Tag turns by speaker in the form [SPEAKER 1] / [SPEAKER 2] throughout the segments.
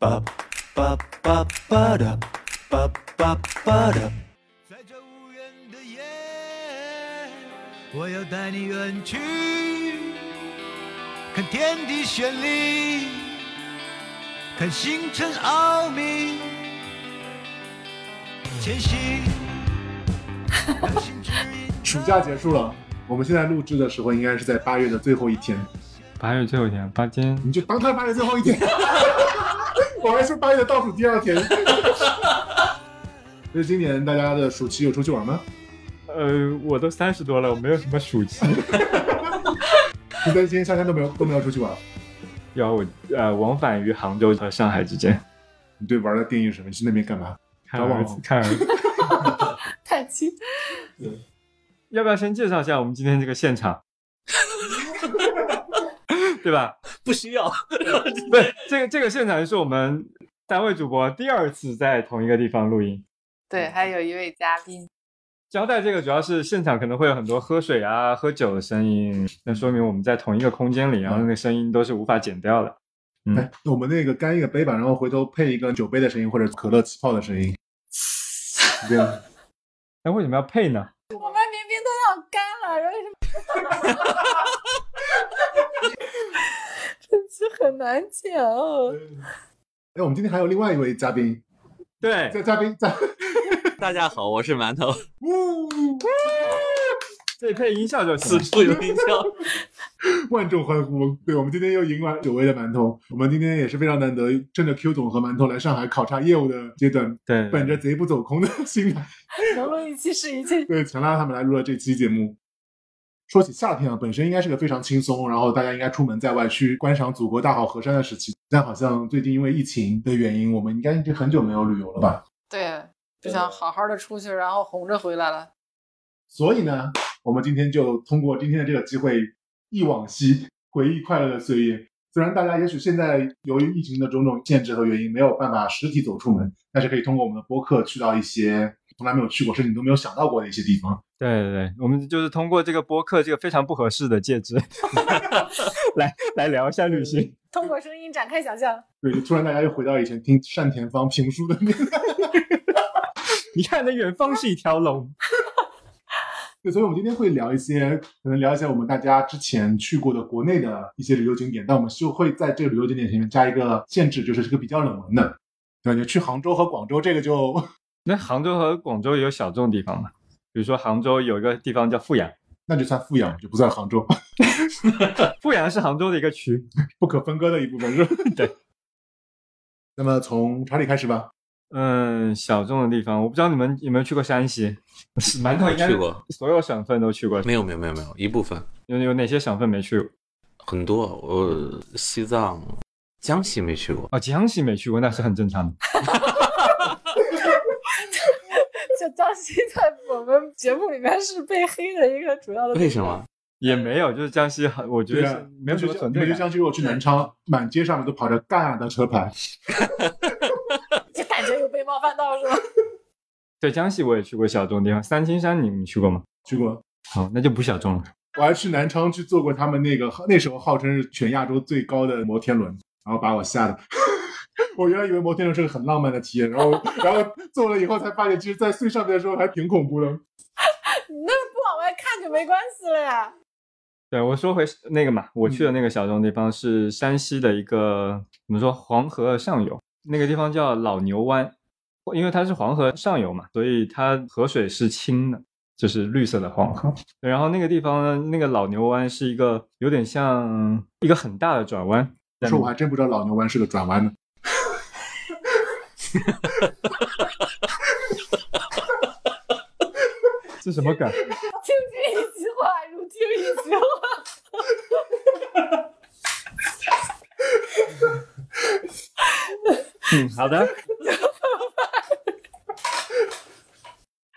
[SPEAKER 1] 巴巴巴巴的，巴巴巴的。
[SPEAKER 2] 在这无人的夜，我要带你远去，看天地绚丽，看星辰奥秘，前行。让心指引
[SPEAKER 3] 暑假结束了，我们现在录制的时候应该是在八月的最后一天，
[SPEAKER 4] 八月最后一天，巴金
[SPEAKER 3] 你就当它八月最后一天。我还说八月的倒数第二天。所以今年大家的暑期有出去玩吗？
[SPEAKER 4] 呃，我都三十多了，我没有什么暑期。
[SPEAKER 3] 你在今年夏天都没有都没有出去玩，
[SPEAKER 4] 要我呃往返于杭州和上海之间，
[SPEAKER 3] 你对玩的定义是什么？你去那边干嘛？
[SPEAKER 4] 看
[SPEAKER 3] 找网
[SPEAKER 4] 儿子看儿子。
[SPEAKER 5] 叹气。
[SPEAKER 4] 要不要先介绍一下我们今天这个现场？ 对吧？
[SPEAKER 6] 不需要。
[SPEAKER 4] 不是，这个这个现场是我们三位主播第二次在同一个地方录音。
[SPEAKER 5] 对，还有一位嘉宾，
[SPEAKER 4] 交代这个主要是现场可能会有很多喝水啊、喝酒的声音，那说明我们在同一个空间里，然后那个声音都是无法剪掉的。
[SPEAKER 3] 哎，我们那个干一个杯吧，然后回头配一个酒杯的声音或者可乐气泡的声音。这样，哎
[SPEAKER 4] 那为什么要配呢？
[SPEAKER 5] 我们明明都要干了，然后什么？ 这期很难讲哦。
[SPEAKER 3] 哎，我们今天还有另外一位嘉宾，
[SPEAKER 4] 对，
[SPEAKER 3] 嘉嘉宾嘉，
[SPEAKER 6] 大家好，我是馒头，
[SPEAKER 3] 呜，
[SPEAKER 4] 这配音效就
[SPEAKER 6] 此
[SPEAKER 4] 行了。
[SPEAKER 6] 处有音效。
[SPEAKER 3] 万众欢呼！对，我们今天又迎来久违的馒头，我们今天也是非常难得，趁着 Q 总和馒头来上海考察业务的阶段，
[SPEAKER 4] 对，
[SPEAKER 3] 本着贼不走空的心态，
[SPEAKER 5] 能录一期是一期。
[SPEAKER 3] 对，强拉他们来录了这期节目。说起夏天啊，本身应该是个非常轻松，然后大家应该出门在外去观赏祖国大好河山的时期，但好像最近因为疫情的原因，我们应该已经很久没有旅游了吧？
[SPEAKER 5] 对，就想好好的出去，然后红着回来了。
[SPEAKER 3] 所以呢，我们今天就通过今天的这个机会，忆往昔，回忆快乐的岁月。虽然大家也许现在由于疫情的种种限制和原因没有办法实体走出门，但是可以通过我们的播客去到一些从来没有去过，甚至你都没有想到过的一些地方。
[SPEAKER 4] 对对对，我们就是通过这个播客这个非常不合适的介 质来来聊一下旅行。
[SPEAKER 5] 通过声音展开想象，
[SPEAKER 3] 对，就突然大家又回到以前听单田芳评书的年代。
[SPEAKER 4] 你看，那远方是一条龙。
[SPEAKER 3] 对，所以我们今天会聊一些，可能聊一些我们大家之前去过的国内的一些旅游景点，但我们就会在这个旅游景点前面加一个限制，就是这个比较冷门的。感觉去杭州和广州这个就
[SPEAKER 4] 那杭州和广州也有小众地方嘛？比如说杭州有一个地方叫富阳，
[SPEAKER 3] 那就算富阳，就不算杭州，
[SPEAKER 4] 富阳是杭州的一个区。
[SPEAKER 3] 不可分割的一部分，是 吧？
[SPEAKER 4] 对。
[SPEAKER 3] 那么从查理开始吧。
[SPEAKER 4] 嗯，小众的地方，我不知道你们有没有去过山西？馒头应该
[SPEAKER 6] 去过，
[SPEAKER 4] 所有省份都去过。
[SPEAKER 6] 没有没有没有没有，一部分
[SPEAKER 4] 有有哪些省份没去过？
[SPEAKER 6] 很多，我西藏、江西没去过，
[SPEAKER 4] 哦，江西没去过，那是很正常的。
[SPEAKER 5] 就当西在我们节目里面是被黑的一个主要的。
[SPEAKER 6] 为什么？？
[SPEAKER 4] 也没有，就是江西很，我
[SPEAKER 3] 啊
[SPEAKER 4] 觉得是呃啊没有什
[SPEAKER 3] 去
[SPEAKER 4] 么
[SPEAKER 3] 像
[SPEAKER 4] 存
[SPEAKER 3] 你
[SPEAKER 4] 在
[SPEAKER 3] 们就
[SPEAKER 4] 感。
[SPEAKER 3] 像如果去南昌，满街上面都跑着戛纳的车牌，
[SPEAKER 5] 就感觉有被冒犯到是吧？
[SPEAKER 4] 对，江西我也去过小众地方，三清山你们去过吗？
[SPEAKER 3] 去过。
[SPEAKER 4] 好，那就不小众了。
[SPEAKER 3] 我还去南昌去坐过他们那个那时候号称是全亚洲最高的摩天轮，然后把我吓得。 我原来以为摩天轮是个很浪漫的体验，然后然后坐了以后才发现，其实，在最上面的时候还挺恐怖的。
[SPEAKER 5] 你那不往外看就没关系了呀。
[SPEAKER 4] 对，我说回那个嘛，我去的那个小众地方是山西的一个怎么说黄河上游，那个地方叫老牛湾，因为它是黄河上游嘛，所以它河水是清的，就是绿色的黄河。对然后那个地方呢，那个老牛湾是一个有点像一个很大的转弯，
[SPEAKER 3] 说我还真不知道老牛湾是个转弯的。
[SPEAKER 4] 这什么梗？
[SPEAKER 5] 听君一席话，如听一席话。
[SPEAKER 4] 嗯，好的。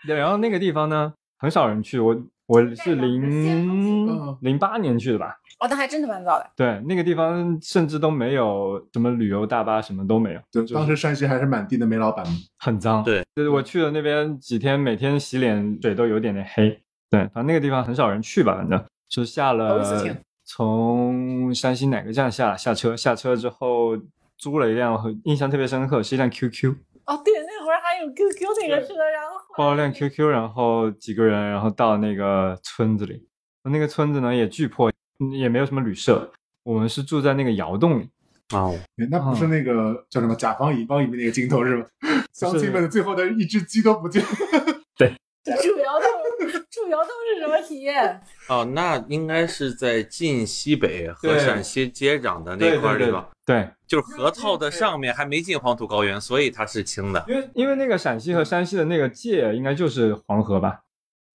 [SPEAKER 4] 对，然后那个地方呢，很少人去，我我是零
[SPEAKER 3] 嗯
[SPEAKER 4] 零八年去的吧，
[SPEAKER 5] 哦，那还真的蛮早的。
[SPEAKER 4] 对，那个地方甚至都没有什么旅游大巴，什么都没有，
[SPEAKER 3] 对，
[SPEAKER 4] 就是
[SPEAKER 3] 当时山西还是满地的煤老板。
[SPEAKER 4] 很脏。
[SPEAKER 6] 对，
[SPEAKER 4] 就是我去了那边几天，每天洗脸水都有点点黑。对，反正那个地方很少人去吧，反正就下
[SPEAKER 5] 头一次
[SPEAKER 4] 了
[SPEAKER 5] 听
[SPEAKER 4] 从山西哪个站下下车，下车之后租了一辆，很印象特别深刻，是一辆 QQ
[SPEAKER 5] 哦，对，那会儿还有 QQ 那个是的，然后
[SPEAKER 4] 报了辆 QQ，然后几个人，然后到那个村子里，那个村子呢也巨破，嗯也没有什么旅社，我们是住在那个窑洞里。
[SPEAKER 6] 哦，
[SPEAKER 3] 那不是那个叫什么甲方乙方里面那个镜头是吧？ 乡亲们的最后的一只鸡都不见，
[SPEAKER 5] 住窑洞，住窑洞是什么体验？
[SPEAKER 6] 哦，那应该是在晋西北和
[SPEAKER 4] 对
[SPEAKER 6] 陕西接壤的那块儿地方，
[SPEAKER 4] 对，
[SPEAKER 6] 就是河套的上面还没进黄土高原，所以它是清的。
[SPEAKER 4] 因为因为那个陕西和山西的那个界应该就是黄河吧，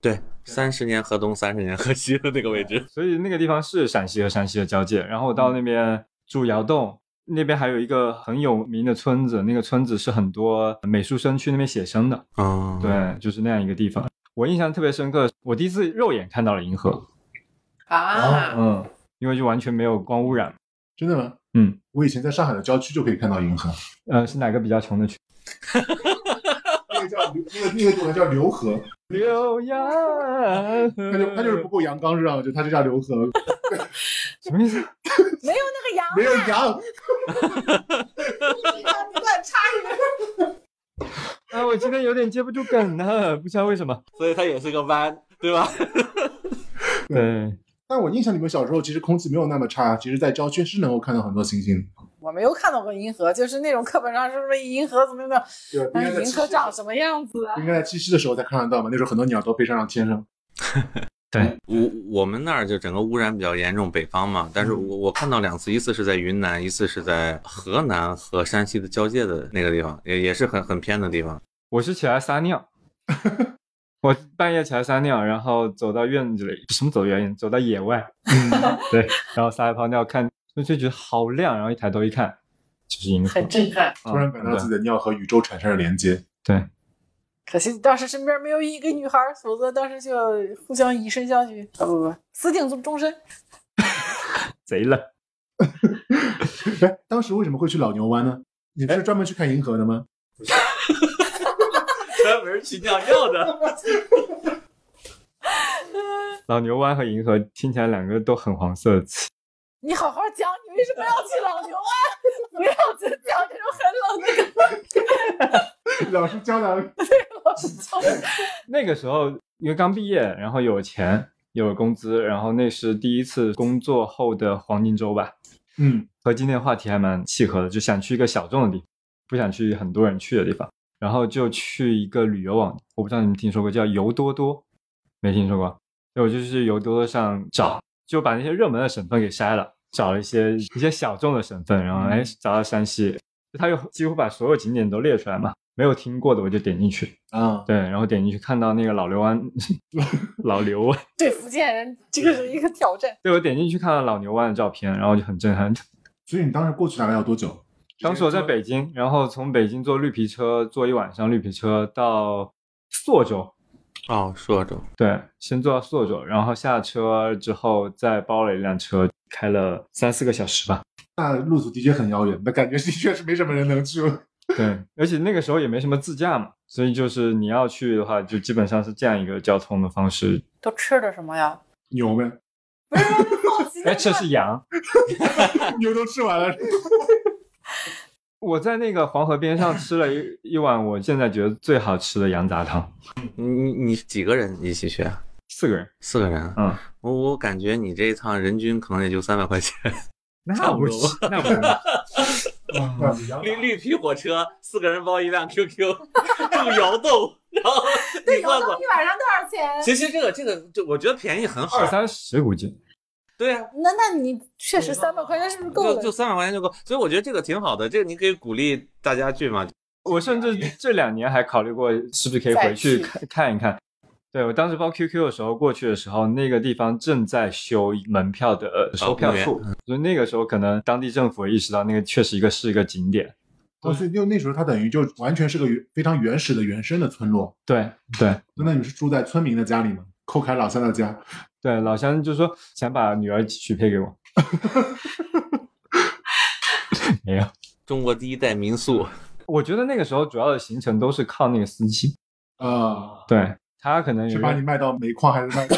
[SPEAKER 6] 对，三十年河东，三十年河西的那个位置。
[SPEAKER 4] 所以那个地方是陕西和山西的交界。然后我到那边住窑洞，那边还有一个很有名的村子，那个村子是很多美术生去那边写生的。
[SPEAKER 6] 嗯，
[SPEAKER 4] 对，就是那样一个地方。我印象特别深刻，我第一次肉眼看到了银河，
[SPEAKER 5] 啊，
[SPEAKER 4] 嗯，因为就完全没有光污染。
[SPEAKER 3] 真的吗？
[SPEAKER 4] 嗯，
[SPEAKER 3] 我以前在上海的郊区就可以看到银河，
[SPEAKER 4] 呃，是哪个比较穷的区？
[SPEAKER 3] 那个叫那个那个地方叫浏河，
[SPEAKER 4] 浏阳河
[SPEAKER 3] 它就它就是不够阳刚，知道吗？就它就叫浏河，
[SPEAKER 4] 什么意思？
[SPEAKER 5] 没有那个羊
[SPEAKER 3] 没有阳。
[SPEAKER 5] 啊，不断插你们
[SPEAKER 4] 啊，我今天有点接不住梗了，不知道为什么。
[SPEAKER 6] 所以它也是个弯，对吧？
[SPEAKER 4] 对，
[SPEAKER 3] 但我印象里面小时候其实空气没有那么差，其实在郊区是能够看到很多星星。
[SPEAKER 5] 我没有看到过银河，就是那种课本上是不是银河怎么怎么样，
[SPEAKER 3] 对，不应
[SPEAKER 5] 但
[SPEAKER 3] 该在
[SPEAKER 5] 是银
[SPEAKER 3] 七
[SPEAKER 5] 河
[SPEAKER 3] 夕
[SPEAKER 5] 长什么样子啊？
[SPEAKER 4] 嗯
[SPEAKER 3] 应该在七夕的时候才看得到嘛，那时候很多鸟都飞上了天上。
[SPEAKER 6] 我我们那儿就整个污染比较严重，北方嘛。但是我我看到两次，一次是在云南，一次是在河南和山西的交界的那个地方，也也是很很偏的地方。
[SPEAKER 4] 我是起来撒 尿，我半夜起来撒尿，然后走到院子里，什么走院，走到 野外，对，然后撒一泡尿，看就就觉得好亮，然后一抬头一看，就是银河
[SPEAKER 5] 很，震撼，
[SPEAKER 4] 啊
[SPEAKER 3] 突然感到自己的尿和宇宙产生了连接。
[SPEAKER 4] 对。
[SPEAKER 5] 可惜当时身边没有一个女孩，否则当时就互相以身相许，啊不不，私定终身。
[SPEAKER 4] 贼了。
[SPEAKER 3] 哎，当时为什么会去老牛湾呢？你不是专门去看银河的吗？
[SPEAKER 6] 专门去尿尿的，
[SPEAKER 4] 老牛湾和银河听起来两个都很黄色的词，
[SPEAKER 5] 你好好讲，你为什么要去老牛啊？ 不要只讲这种很冷的 梗
[SPEAKER 3] 老师教的，
[SPEAKER 5] 老师教的。
[SPEAKER 4] 那个时候因为刚毕业，然后有钱有了工资，然后那是第一次工作后的黄金周吧，
[SPEAKER 3] 嗯，
[SPEAKER 4] 和今天的话题还蛮契合的，就想去一个小众的地方，不想去很多人去的地方，然后就去一个旅游网，我不知道你们听说过叫游多多，没听说过？对，我就是游多多上找，就把那些热门的省份给筛了，找了一些一些小众的省份，然后哎找到山西，它又几乎把所有景点都列出来嘛，没有听过的我就点进去，
[SPEAKER 3] 啊，
[SPEAKER 4] 对，然后点进去看到那个老刘湾， 老刘湾，
[SPEAKER 5] 对福建人，这个是一个挑战。
[SPEAKER 4] 对我点进去看到老牛湾的照片，然后就很震撼。
[SPEAKER 3] 所以你当时过去大概要多久？
[SPEAKER 4] 当时我在北京，然后从北京坐绿皮车坐一晚上绿皮车到朔州，
[SPEAKER 6] 哦，说着，
[SPEAKER 4] 对，先坐到朔州，然后下车之后再包了一辆车，开了三四个小时吧。
[SPEAKER 3] 那路途的确很遥远，那感觉的确是没什么人能去。
[SPEAKER 4] 对，而且那个时候也没什么自驾嘛，所以就是你要去的话，就基本上是这样一个交通的方式。
[SPEAKER 5] 都吃的什么呀？
[SPEAKER 3] 牛呗，
[SPEAKER 5] 好奇
[SPEAKER 4] 哎，这是羊。
[SPEAKER 3] 牛都吃完了。
[SPEAKER 4] 我在那个黄河边上吃了一 一碗我现在觉得最好吃的羊杂汤，
[SPEAKER 6] 你你你几个人一起去啊？
[SPEAKER 4] 四个人，
[SPEAKER 6] 四个人啊。
[SPEAKER 4] 嗯，
[SPEAKER 6] 我我感觉你这一趟人均可能也就三百块钱。
[SPEAKER 4] 那
[SPEAKER 6] 差不
[SPEAKER 4] 不
[SPEAKER 6] 多
[SPEAKER 4] 是，那不是，
[SPEAKER 3] 嗯
[SPEAKER 6] 绿绿皮火车，四个人包一辆 QQ，住窑洞，然后
[SPEAKER 5] 那
[SPEAKER 6] 你
[SPEAKER 5] 窑
[SPEAKER 6] 算
[SPEAKER 5] 洞
[SPEAKER 6] 算
[SPEAKER 5] 一，晚上多少钱？
[SPEAKER 6] 其实这个这个就我觉得便宜很好
[SPEAKER 4] 二，三十估计。
[SPEAKER 6] 对啊，
[SPEAKER 5] 那那你确实三百块钱是不是够
[SPEAKER 6] 就
[SPEAKER 5] 了？
[SPEAKER 6] 就三百块钱就够，所以我觉得这个挺好的，这个你可以鼓励大家去嘛。
[SPEAKER 4] 我甚至这两年还考虑过是不是可以回去看看一看。对我当时包 QQ 的时候，过去的时候，那个地方正在修门票的呃收票处，所以那个时候可能当地政府也意识到那个确实一个是一个景点。
[SPEAKER 3] 哦，所以就那时候它等于就完全是个原非常原始的原生的村落。
[SPEAKER 4] 对对
[SPEAKER 3] 那你们是住在村民的家里吗？寇凯老三的家，
[SPEAKER 4] 对，老乡就说想把女儿许配给我，没有。
[SPEAKER 6] 中国第一代民宿，
[SPEAKER 4] 我觉得那个时候主要的行程都是靠那个司机，
[SPEAKER 3] 啊，
[SPEAKER 4] 对他可能有
[SPEAKER 3] 是把你卖 到煤矿还是卖到？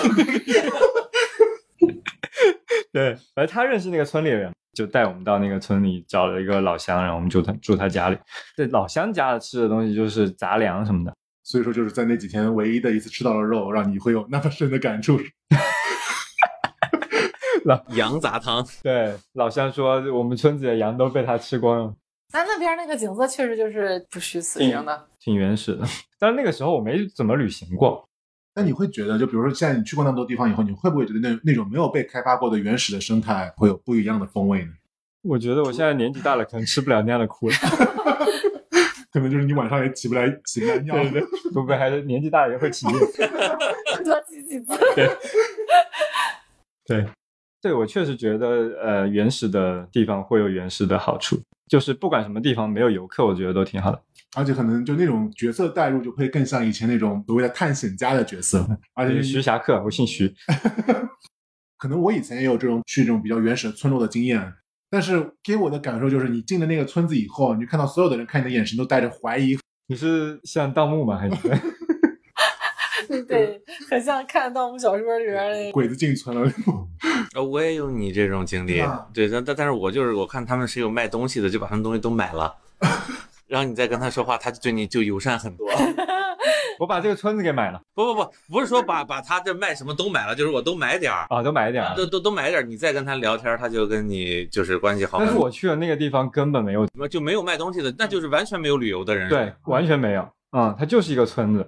[SPEAKER 4] 对，反正他认识那个村里的人，就带我们到那个村里找了一个老乡，然后我们住他住他家里。这老乡家的吃的东西就是杂粮什么的，
[SPEAKER 3] 所以说就是在那几天唯一的一次吃到了肉，让你会有那么深的感触。
[SPEAKER 6] 羊杂汤，
[SPEAKER 4] 对，老乡说我们村子里的羊都被他吃光了，
[SPEAKER 5] 那那边那个景色确实就是不虚此行的。
[SPEAKER 4] 挺原始的。但是那个时候我没怎么旅行过，
[SPEAKER 3] 那你会觉得，就比如说现在你去过那么多地方以后，你会不会觉得那那种没有被开发过的原始的生态会有不一样的风味呢？
[SPEAKER 4] 我觉得我现在年纪大了，可能吃不了那样的苦了。
[SPEAKER 3] 可能就是你晚上也起不来，起不来尿。
[SPEAKER 4] 对对对，不不，还是年纪大了也会起夜。
[SPEAKER 5] 多骑几次，
[SPEAKER 4] 对，对我确实觉得，呃，原始的地方会有原始的好处，就是不管什么地方没有游客，我觉得都挺好的。
[SPEAKER 3] 而且可能就那种角色代入就会更像以前那种所谓的探险家的角色，而且
[SPEAKER 4] 徐霞客，我姓徐，
[SPEAKER 3] 可能我以前也有这种去这种比较原始的村落的经验，但是给我的感受就是，你进了那个村子以后，你就看到所有的人看你的眼神都带着怀疑，
[SPEAKER 4] 你是像盗墓吗？还是
[SPEAKER 5] 对对，很像看盗墓小说里边那
[SPEAKER 3] 鬼子进村了。
[SPEAKER 6] 呃，我也有你这种经历
[SPEAKER 3] 是
[SPEAKER 4] 啊
[SPEAKER 3] 吧，
[SPEAKER 6] 对，但但但是我就是我看他们是有卖东西的，就把他们东西都 买了，然后你再跟他说话，他就对你就友善很多。
[SPEAKER 4] 我把这个村子给买了
[SPEAKER 6] 不不不，不是说把把他这卖什么都买了，就是我都买点儿，
[SPEAKER 4] 啊，都买一点啊。
[SPEAKER 6] 都都都买点儿，你再跟他聊天，他就跟你就是关系好很
[SPEAKER 4] 但是
[SPEAKER 6] 多。
[SPEAKER 4] 我去了那个地方根本没有，
[SPEAKER 6] 就没有卖东西的，那就是完全没有旅游的人。
[SPEAKER 4] 对，，完全没有。嗯，它就是一个村子，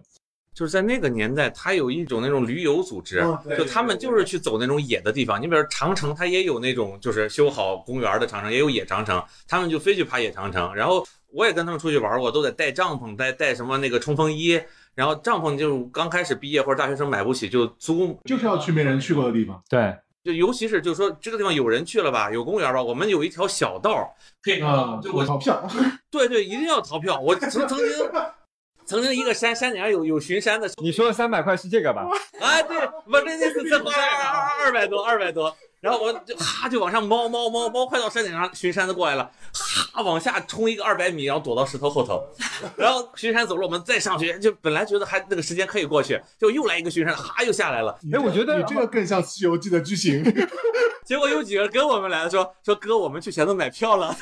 [SPEAKER 6] 就是在那个年代，他有一种那种驴友组织，
[SPEAKER 3] 嗯对
[SPEAKER 6] 就他们就是去走那种野的地方。你比如长城，它也有那种就是修好公园的长城，也有野长城，他们就非去爬野长城。然后我也跟他们出去玩过，都得带帐篷，带带什么那个冲锋衣。然后帐篷就刚开始毕业或者大学生买不起，就租
[SPEAKER 3] 就是要去没人去过的地方，
[SPEAKER 4] 对，
[SPEAKER 6] 就尤其是就是说这个地方有人去了吧，有公园吧，我们有一条小道儿可以
[SPEAKER 3] 啊，
[SPEAKER 6] 就我
[SPEAKER 3] 跑票，
[SPEAKER 6] 对对，一定要逃票。我曾曾经曾经一个山山顶上有有巡山的，
[SPEAKER 4] 你说的三百块是这个吧？
[SPEAKER 6] 啊，对，我那那次才花二二百多，二百多。然后我就哈就往上猫猫猫猫，快到山顶上，巡山的过来了，哈往下冲一个二百米，然后躲到石头后头，然后巡山走了，我们再上去，就本来觉得还那个时间可以过去，就又来一个巡山，哈又下来了，
[SPEAKER 4] 哎，我觉得
[SPEAKER 3] 你这个更像《西游记》的剧情。
[SPEAKER 6] 结果有几个跟我们来的说说哥，我们去前头买票了，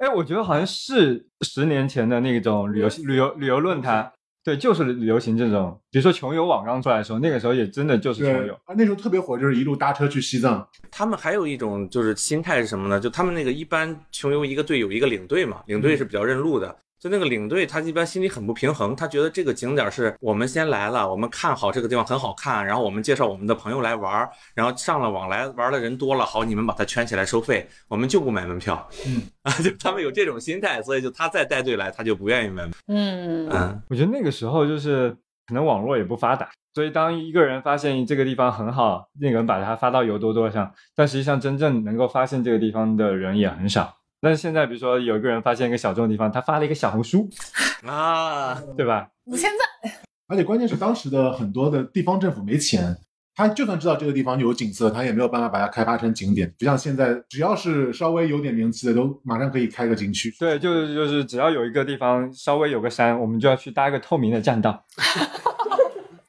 [SPEAKER 4] 哎，我觉得好像是十年前的那种旅游旅游旅游论坛，对，就是流行这种，比如说穷游网刚出来的时候，那个时候也真的就是穷
[SPEAKER 3] 对
[SPEAKER 4] 游，，
[SPEAKER 3] 啊，那时候特别火，就是一路搭车去西藏，
[SPEAKER 6] 他们还有一种就是心态是什么呢？就他们那个一般穷游一个队有一个领队嘛，领队是比较认路的。就那个领队他一般心里很不平衡，他觉得这个景点是我们先来了，我们看好这个地方很好看，然后我们介绍我们的朋友来玩儿，然后上了网来玩的人多了，好，你们把它圈起来收费，我们就不买门票。
[SPEAKER 3] 嗯，
[SPEAKER 6] 啊， 就他们有这种心态，所以就他再带队来，他就不愿意买。
[SPEAKER 5] 嗯，
[SPEAKER 6] 嗯，
[SPEAKER 4] 我觉得那个时候就是可能网络也不发达，所以当一个人发现这个地方很好，那个人把它发到油多多上，但实际上真正能够发现这个地方的人也很少。但是现在，比如说有一个人发现一个小众的地方，他发了一个小红书，
[SPEAKER 6] 啊，
[SPEAKER 4] 对吧？
[SPEAKER 5] 五千赞，
[SPEAKER 3] 而且关键是当时的很多的地方政府没钱，他就算知道这个地方有景色，他也没有办法把它开发成景点。不像现在，只要是稍微有点名气的，都马上可以开个景区。
[SPEAKER 4] 对，就是就是，只要有一个地方稍微有个山，我们就要去搭一个透明的栈道。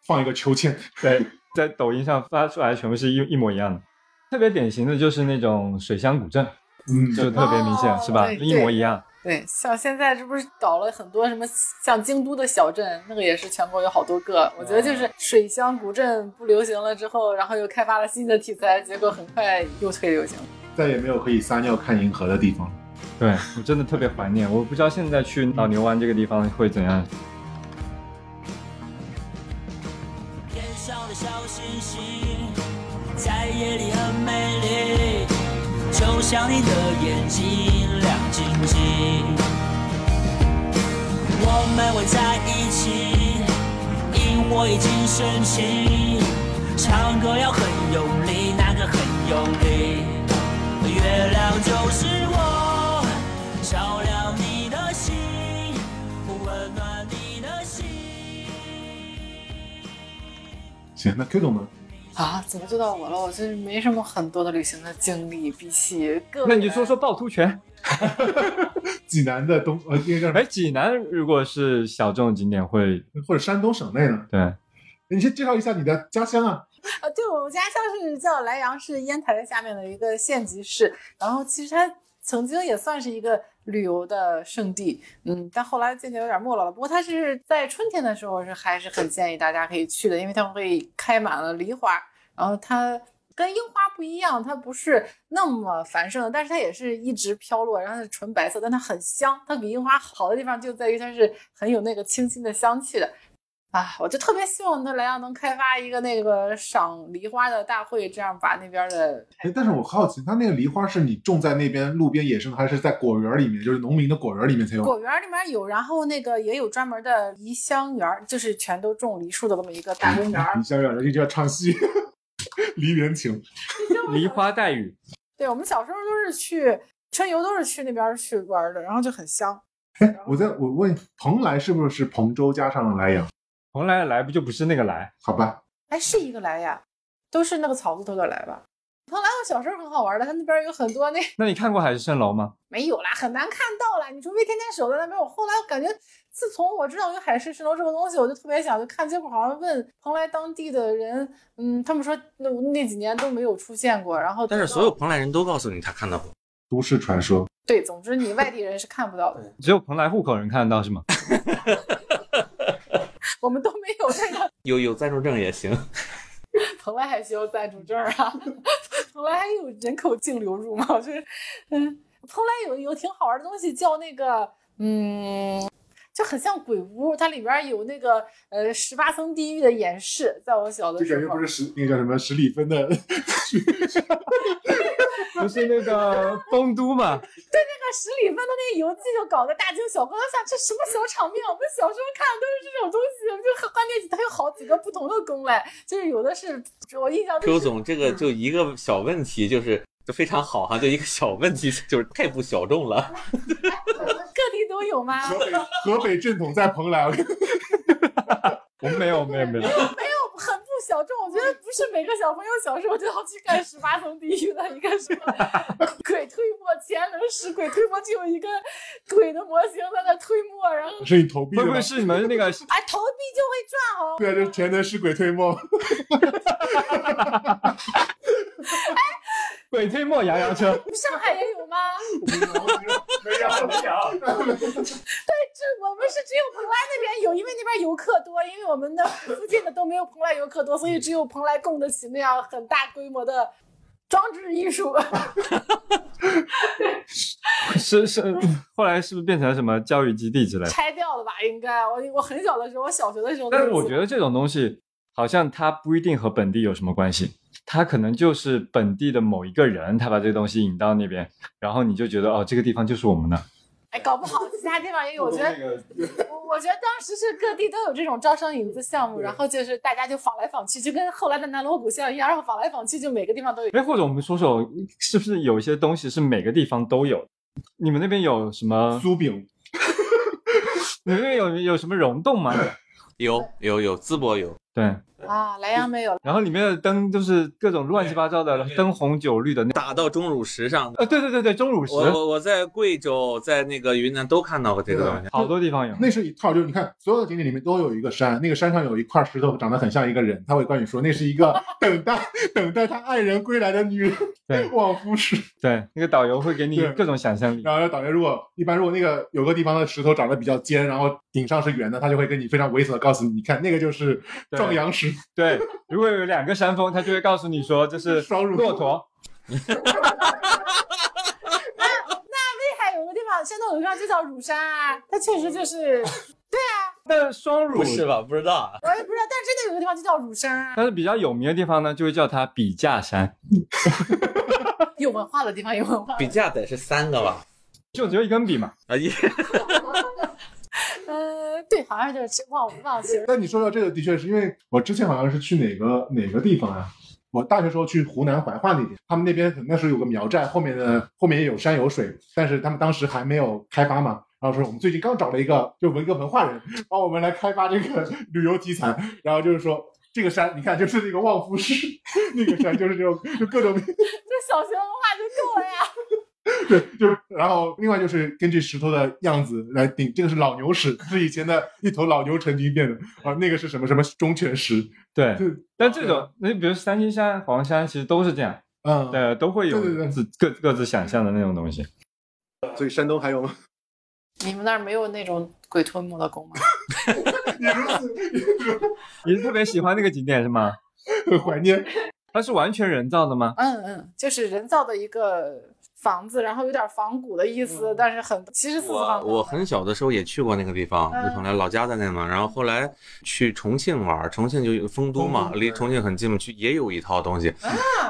[SPEAKER 3] 放一个秋千，
[SPEAKER 4] 对，在抖音上发出来全部是一一模一样的。特别典型的就是那种水乡古镇，
[SPEAKER 3] 嗯，
[SPEAKER 4] 就特别明显，
[SPEAKER 5] 哦
[SPEAKER 4] 是吧？
[SPEAKER 5] 对
[SPEAKER 4] 一模一样。
[SPEAKER 5] 对，像现在这不是倒了很多什么，像京都的小镇，那个也是全国有好多个。我觉得就是嗯水乡古镇不流行了之后，然后又开发了新的题材，结果很快又退流行。
[SPEAKER 3] 再也没有可以撒尿看银河的地方。
[SPEAKER 4] 对我真的特别怀念，我不知道现在去老牛湾这个地方会怎样。
[SPEAKER 5] 嗯
[SPEAKER 7] 天上的小星星，在夜里很美丽，就像你的眼睛亮晶晶。我们会在一起，因我已经深情，唱歌要很用力，那个很用力。月亮就是我，照亮你的心，温暖你的心。
[SPEAKER 3] 行，那 Q 总呢？
[SPEAKER 5] 啊，怎么就到我了？我就是没什么很多的旅行的经历，比起各位
[SPEAKER 4] 那你就
[SPEAKER 5] 来
[SPEAKER 4] 说说趵突泉。
[SPEAKER 3] 济南的东呃，应该叫什么
[SPEAKER 4] 哎，济南如果是小众景点会，
[SPEAKER 3] 或者山东省内呢？
[SPEAKER 4] 对，
[SPEAKER 3] 你先介绍一下你的家乡啊。
[SPEAKER 5] 呃，对我们家像是叫莱阳，是烟台的下面的一个县级市。然后其实它曾经也算是一个旅游的圣地，嗯，但后来渐渐有点没落了。不过它是在春天的时候是还是很建议大家可以去的，因为它会开满了梨花，然后它。跟樱花不一样，它不是那么繁盛的，但是它也是一直飘落，然后它是纯白色，但它很香。它比樱花好的地方就在于它是很有那个清新的香气的。啊，我就特别希望他莱阳能开发一个那个赏梨花的大会，这样把那边的
[SPEAKER 3] 哎，但是我好奇，它那个梨花是你种在那边路边野生的，还是在果园里面，就是农民的果园里面才有？
[SPEAKER 5] 果园里面有，然后那个也有专门的梨香园儿，就是全都种梨树的这么一个大公园儿
[SPEAKER 3] 你。想想，人家要唱戏，梨园情，
[SPEAKER 4] 梨花带雨，
[SPEAKER 5] 对我们小时候都是去春游，都是去那边儿去玩儿的，然后就很香。
[SPEAKER 3] 我在我问蓬莱是不是彭州加上了莱阳？
[SPEAKER 4] 蓬莱的来不就不是那个来？
[SPEAKER 3] 好吧，
[SPEAKER 5] 哎，是一个来呀，都是那个草字头的来吧。蓬莱我小时候很好玩的，它那边有很多那
[SPEAKER 4] 那你看过海市蜃楼吗？
[SPEAKER 5] 没有啦，很难看到啦。你除非天天守在那边。我后来我感觉，自从我知道有海市蜃楼这个东西，我就特别想去看。结果好像问蓬莱当地的人，嗯，他们说那那几年都没有出现过。然后
[SPEAKER 6] 但是
[SPEAKER 5] 等到
[SPEAKER 6] 所有蓬莱人都告诉你他看到过，
[SPEAKER 3] 都市传说。
[SPEAKER 5] 对，总之你外地人是看不到的。
[SPEAKER 4] 只有蓬莱户口人看得到是吗？
[SPEAKER 5] 我们都没有那个
[SPEAKER 6] 有有暂住证也行。
[SPEAKER 5] 蓬莱还需要暂住证儿啊？ 蓬莱还有人口净流入吗？就是，嗯，蓬莱有有挺好玩的东西，叫那个，嗯，就很像鬼屋，它里边儿有那个呃十八层地狱的演示，在我小的
[SPEAKER 3] 这
[SPEAKER 5] 时
[SPEAKER 3] 感觉
[SPEAKER 5] 候
[SPEAKER 3] 不。是十那个叫什么十里芬的，
[SPEAKER 4] 不是那个丰都嘛？
[SPEAKER 5] 那十里芬的那个游记就搞得大惊小怪，我想这什么小场面？我们小时候看的都是这种东西，就很关键，它有好几个不同的宫嘞，就是有的是我印象
[SPEAKER 6] 周
[SPEAKER 5] 中是
[SPEAKER 6] 总，这个就一个小问题，就是就非常好哈，就一个小问题， 就是太不小众了。
[SPEAKER 5] 各地都有吗？
[SPEAKER 3] 河北河北正统在蓬莱，
[SPEAKER 4] 我没有，没有， 没有。
[SPEAKER 5] 没有很不小众，我觉得不是每个小朋友小时候就要去看十八层地狱的一个什么鬼推磨前轮式鬼推磨，就有一个鬼的模型在那推磨，然后
[SPEAKER 3] 是你投币
[SPEAKER 4] 会
[SPEAKER 3] 的吗
[SPEAKER 4] 不会？是你们那个
[SPEAKER 5] 哎投币就会转哦。
[SPEAKER 3] 对啊，就是全能是鬼推磨，
[SPEAKER 4] 鬼推磨羊羊车？
[SPEAKER 5] 上海也有吗？
[SPEAKER 3] 没有没有，
[SPEAKER 5] 这我们是只有蓬莱那边有，因为那边游客多，因为我们的附近的都没有蓬莱游客多，所以只有蓬莱供得起那样很大规模的装置艺术。
[SPEAKER 4] 是 是，后来是不是变成什么教育基地之类的？
[SPEAKER 5] 拆掉了吧？应该我我很小的时候，我小学的时候都
[SPEAKER 4] 但
[SPEAKER 5] 有
[SPEAKER 4] 是
[SPEAKER 5] 去过，
[SPEAKER 4] 我觉得这种东西好像它不一定和本地有什么关系，它可能就是本地的某一个人，他把这个东西引到那边，然后你就觉得哦，这个地方就是我们的。
[SPEAKER 5] 哎，搞不好其他地方也有。我觉得
[SPEAKER 3] 那个
[SPEAKER 5] 我我觉得当时是各地都有这种招商引资项目，然后就是大家就仿来仿去，就跟后来的南锣鼓巷一样，然后仿来仿去，就每个地方都有。
[SPEAKER 4] 哎，或者我们说说，是不是有一些东西是每个地方都有的？你们那边有什么？
[SPEAKER 3] 酥饼，
[SPEAKER 4] 你们那边有有什么溶洞吗？
[SPEAKER 6] 有有有，淄博有，
[SPEAKER 4] 对，
[SPEAKER 5] 啊，莱阳没有了，
[SPEAKER 4] 然后里面的灯都是各种乱七八糟的，灯红酒绿的那。
[SPEAKER 6] 打到钟乳石上。
[SPEAKER 4] 呃，对对对对，钟乳石
[SPEAKER 6] 我我我在贵州，在那个云南都看到过这个东西。
[SPEAKER 4] 好多地方有。
[SPEAKER 3] 那是一套，就是你看所有的景点里面都有一个山，那个山上有一块石头长得很像一个人，他会跟你说那是一个等待 等待他爱人归来的女人，
[SPEAKER 4] 对
[SPEAKER 3] 望夫石。
[SPEAKER 4] 对，那个导游会给你
[SPEAKER 3] 对
[SPEAKER 4] 各种想象力。
[SPEAKER 3] 然后导员如果一般如果那个有个地方的石头长得比较尖，然后顶上是圆的，他就会跟你非常猥琐的告诉你，你看那个就是
[SPEAKER 4] 对
[SPEAKER 3] 壮阳石，
[SPEAKER 4] 对，如果有两个山峰，他就会告诉你说这是
[SPEAKER 3] 双乳
[SPEAKER 4] 骆驼。
[SPEAKER 5] 威海有个地方，山东有个地方就叫乳山啊，它确实就是，
[SPEAKER 4] 但双乳
[SPEAKER 6] 不是吧？不知道啊。
[SPEAKER 5] 我也不知道，但真的有个地方就叫乳山啊，
[SPEAKER 4] 但是比较有名的地方呢，就会叫它笔架山，
[SPEAKER 5] 有文化的地方有文化。
[SPEAKER 6] 笔架得是三个吧？
[SPEAKER 4] 就只有一根笔嘛。
[SPEAKER 6] 啊，一
[SPEAKER 5] 呃，对，好像就是忘忘形。
[SPEAKER 3] 但你说到这个，的确是因为我之前好像是去哪个哪个地方啊？我大学时候去湖南怀化那边，他们那边那时候有个苗寨，后面的后面也有山有水，但是他们当时还没有开发嘛。然后说我们最近刚找了一个就文革文化人，帮我们来开发这个 旅游题材。然后就是说这个山，你看就是那个望 夫石，那个山就是这种就各种
[SPEAKER 5] 这小学文化就够了呀。
[SPEAKER 3] 对，就然后另外就是根据石头的样子来定，这个是老牛屎，是以前的一头老牛成群变的啊，那个是什么什么忠犬石，
[SPEAKER 4] 对
[SPEAKER 3] 对，
[SPEAKER 4] 但这种那比如三清山、黄山，其实都是这样，
[SPEAKER 3] 嗯，
[SPEAKER 4] 对，都会有
[SPEAKER 3] 对对对
[SPEAKER 4] 自各各自想象的那种东西。
[SPEAKER 8] 所以山东还有吗？
[SPEAKER 5] 你们那儿没有那种鬼推磨的工吗？
[SPEAKER 3] 你如此你如
[SPEAKER 4] 你是特别喜欢那个景点是吗？
[SPEAKER 3] 此很怀念，
[SPEAKER 4] 它是完全人造的吗？
[SPEAKER 5] 嗯嗯，就是人造的一个房子，然后有点仿古的意思，但是很其实四四
[SPEAKER 6] 我
[SPEAKER 5] 方方的。
[SPEAKER 6] 我很小的时候也去过那个地方，
[SPEAKER 5] 嗯
[SPEAKER 6] 就从来老家在那嘛，然后后来去重庆玩，重庆就有丰都嘛
[SPEAKER 3] 丰，都
[SPEAKER 6] 离重庆很近嘛，去也有一套东西，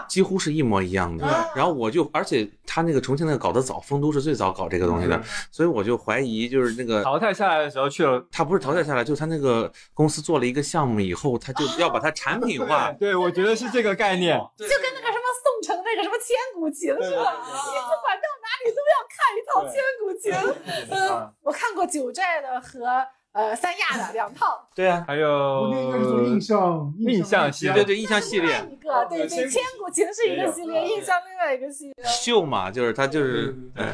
[SPEAKER 6] 几乎是一模一样的
[SPEAKER 5] 啊。
[SPEAKER 6] 然后我就，而且他那个重庆那个搞得早，丰都是最早搞这个东西
[SPEAKER 5] 嗯
[SPEAKER 6] 的，所以我就怀疑就是那个。
[SPEAKER 4] 淘汰下来的时候去了，
[SPEAKER 6] 他不是淘汰下来，就他那个公司做了一个项目以后，他就要把它产品
[SPEAKER 3] 啊
[SPEAKER 5] 哦
[SPEAKER 6] 化。
[SPEAKER 4] 对，我觉得是这个概念。
[SPEAKER 3] 哦
[SPEAKER 5] 就跟那个什么宋城那个什么千古情似的，你不管到哪里都要看一套千古
[SPEAKER 4] 啊
[SPEAKER 5] 情。嗯，我看过九寨的和呃三亚的两套，
[SPEAKER 6] 对啊，
[SPEAKER 4] 还
[SPEAKER 3] 我
[SPEAKER 4] 有
[SPEAKER 3] 那应该是做印象
[SPEAKER 4] 呃印象系
[SPEAKER 3] 系
[SPEAKER 4] 列
[SPEAKER 6] 对对，印象系列
[SPEAKER 5] 一个 对对，千古情是一个系列，印象另外一个系列。
[SPEAKER 6] 秀嘛，就是他就是嗯，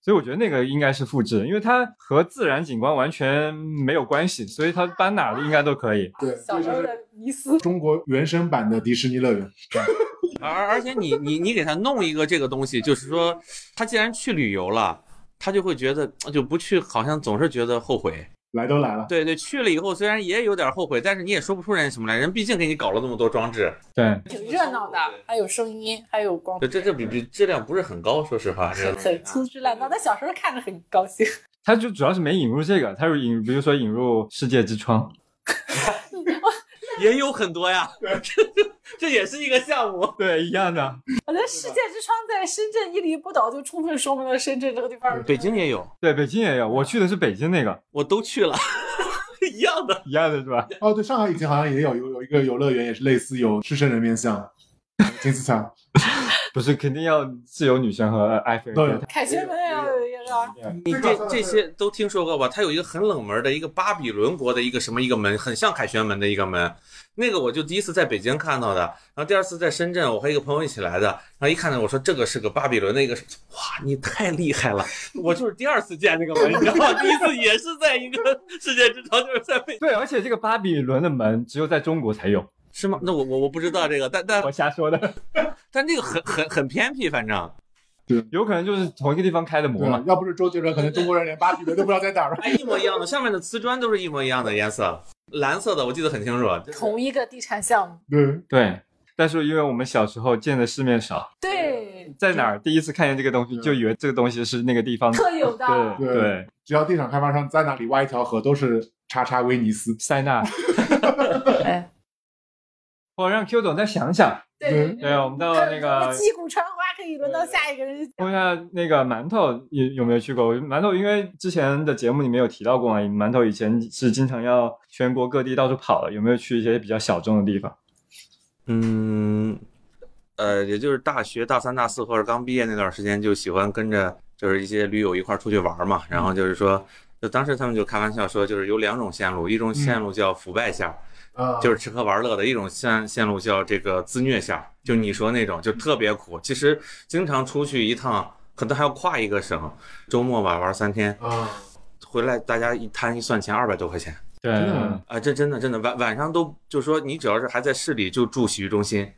[SPEAKER 4] 所以我觉得那个应该是复制的，因为它和自然景观完全没有关系，所以它搬哪里应该都可以。
[SPEAKER 3] 对，
[SPEAKER 5] 小时候的迷思，
[SPEAKER 3] 中国原生版的迪士尼乐园，
[SPEAKER 6] 而而且你你你给他弄一个这个东西，就是说他既然去旅游了。他就会觉得就不去，好像总是觉得后悔。
[SPEAKER 3] 来都来了，
[SPEAKER 6] 对对，去了以后虽然也有点后悔，但是你也说不出人什么来，人毕竟给你搞了那么多装置，
[SPEAKER 4] 对，
[SPEAKER 5] 挺热闹的，还有声音，还有光
[SPEAKER 6] 这，这这比比质量不是很高，说实话，这个东西
[SPEAKER 5] 很粗制滥造。但小时候看着很高兴。
[SPEAKER 4] 它就主要是没引入这个，它有引，比如说引入世界之窗，
[SPEAKER 6] 也有很多呀， 这这也是一个项目。
[SPEAKER 4] 对，一样的。
[SPEAKER 5] 我觉得世界之窗在深圳一离不倒，就充分说明了深圳这个地方。
[SPEAKER 6] 北京也有，
[SPEAKER 4] 对，北京也有，我去的是北京那个，
[SPEAKER 6] 我都去了， 一样的。
[SPEAKER 4] 一样的是吧？
[SPEAKER 3] 哦，对，上海以前好像也有有有一个游乐园，也是类似有狮身人面像、金字塔，
[SPEAKER 4] 不是，肯定要自由女神和呃埃菲尔
[SPEAKER 3] 对
[SPEAKER 4] 铁塔。
[SPEAKER 5] 凯旋门也要有一个，
[SPEAKER 6] 你这这些都听说过吧？它有一个很冷门的一个巴比伦国的一个什么一个门，很像凯旋门的一个门。那个我就第一次在北京看到的，然后第二次在深圳，我和一个朋友一起来的，然后一看到我说这个是个巴比伦的一个什么，哇，你太厉害 了！我就是第二次见这个门，你知道吗？第一次也是在一个 世界之窗，就是在北，
[SPEAKER 4] 对，而且这个巴比伦的门只有在中国才有，
[SPEAKER 6] 是吗？那我我我不知道这个，但但
[SPEAKER 4] 我瞎说的，
[SPEAKER 6] 但这个很很很偏僻，反正
[SPEAKER 4] 有可能就是同一个地方开的模
[SPEAKER 3] 对
[SPEAKER 4] 嘛。
[SPEAKER 3] 要不是周杰伦，可能中国人连芭比伦都不知道在哪儿。
[SPEAKER 6] 哎一模一样的，上面的瓷砖都是一模一样的颜色，蓝色的我记得很清楚。
[SPEAKER 5] 同一个地产项目。
[SPEAKER 3] 对，
[SPEAKER 4] 对，但是因为我们小时候见的世面少，
[SPEAKER 5] 对，
[SPEAKER 4] 在哪儿第一次看见这个东西，就以为这个东西是那个地方
[SPEAKER 5] 特有的。
[SPEAKER 4] 对
[SPEAKER 3] 对
[SPEAKER 4] 对，
[SPEAKER 3] 只要地产开发商在哪里挖一条河，都是叉叉威尼斯。
[SPEAKER 4] 塞纳。
[SPEAKER 5] 哎，
[SPEAKER 4] 我让 Q 总再想想。
[SPEAKER 5] 对
[SPEAKER 4] 对，我们到那个
[SPEAKER 5] 击鼓传花可以轮到下一个人。
[SPEAKER 4] 问一下那个馒头有有没有去过？我馒头因为之前的节目里面有提到过嘛，馒头以前是经常要全国各地到处跑的，有没有去一些比较小众的地方？
[SPEAKER 6] 嗯，呃，也就是大学大三、大四或者刚毕业那段时间，就喜欢跟着就是一些驴友一块儿出去玩儿嘛。然后就是说，就当时他们就开玩笑说，就是有两种线路，一种线路叫腐败线儿，
[SPEAKER 3] 啊，
[SPEAKER 6] 就是吃喝玩乐的；一种线线路叫这个自虐线儿，就你说那种就特别苦。其实经常出去一趟，可能还要跨一个省，周末吧玩儿三天，
[SPEAKER 3] 啊，
[SPEAKER 6] 回来大家一摊一算钱，二百多块钱。
[SPEAKER 4] 对
[SPEAKER 3] 真的吗
[SPEAKER 6] 啊，这真的真的晚晚上都就说你只要是还在市里就住洗浴中心，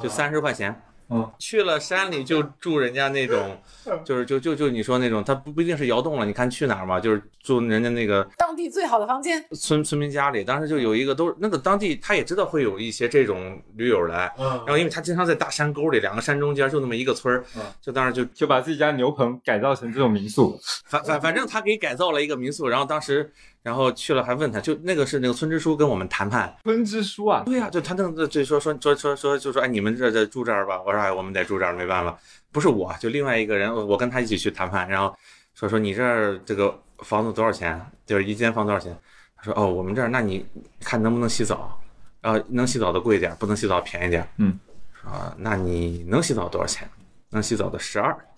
[SPEAKER 6] 就三十块钱。
[SPEAKER 4] 嗯，
[SPEAKER 6] 去了山里就住人家那种，就是就就就你说那种，他不不一定是窑洞了，你看去哪儿嘛，就是住人家那个
[SPEAKER 5] 当地最好的房间，
[SPEAKER 6] 村村民家里。当时就有一个都是那个当地，他也知道会有一些这种驴友来，
[SPEAKER 3] 嗯
[SPEAKER 6] 然后因为他经常在大山沟里，两个山中间就那么一个村儿，就当时就
[SPEAKER 4] 就把自己家牛棚改造成这种民宿。
[SPEAKER 6] 反反反正他给改造了一个民宿，然后当时然后去了还问他，就那个是那个村支书跟我们谈判，
[SPEAKER 4] 村支书啊，
[SPEAKER 6] 对呀、就他那个就说说说说说就说哎，你们这这住这儿吧。我说哎，我们得住这儿，没办法，不是我，就另外一个人，我我跟他一起去谈判，然后说说你这儿这个房子多少钱？就是一间房多少钱？他说哦，我们这儿那你看能不能洗澡？然后能洗澡的贵一点，不能洗澡便宜点。
[SPEAKER 4] 嗯，
[SPEAKER 6] 啊，那你能洗澡多少钱？能洗澡的十二，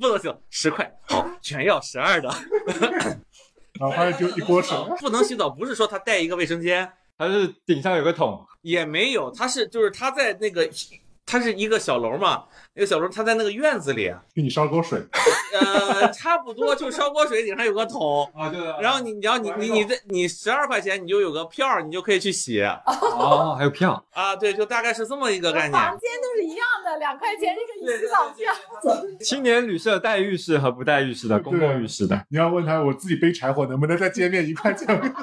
[SPEAKER 6] 不能洗澡十块，好，全要十二的。
[SPEAKER 3] 然后发现只有一锅水。
[SPEAKER 6] 不能洗澡不是说他带一个卫生间。
[SPEAKER 4] 它是顶上有个桶，
[SPEAKER 6] 也没有，他是就是他在那个。它是一个小楼嘛，那个小楼它在那个院子里，
[SPEAKER 3] 给你烧口水，
[SPEAKER 6] 呃，差不多就是烧锅水，顶上有个桶，
[SPEAKER 4] 啊，对
[SPEAKER 6] 然后你你要你你你这你十二块钱你就有个票儿，你就可以去洗
[SPEAKER 4] 哦，还有票，
[SPEAKER 6] 啊，对，就大概是这么一个概念。
[SPEAKER 5] 房间都是一样的，两块钱这个洗澡票。
[SPEAKER 4] 青年旅社带浴室和不带浴室的，公共浴室的，
[SPEAKER 3] 你要问他我自己背柴火能不能再见面一块见面？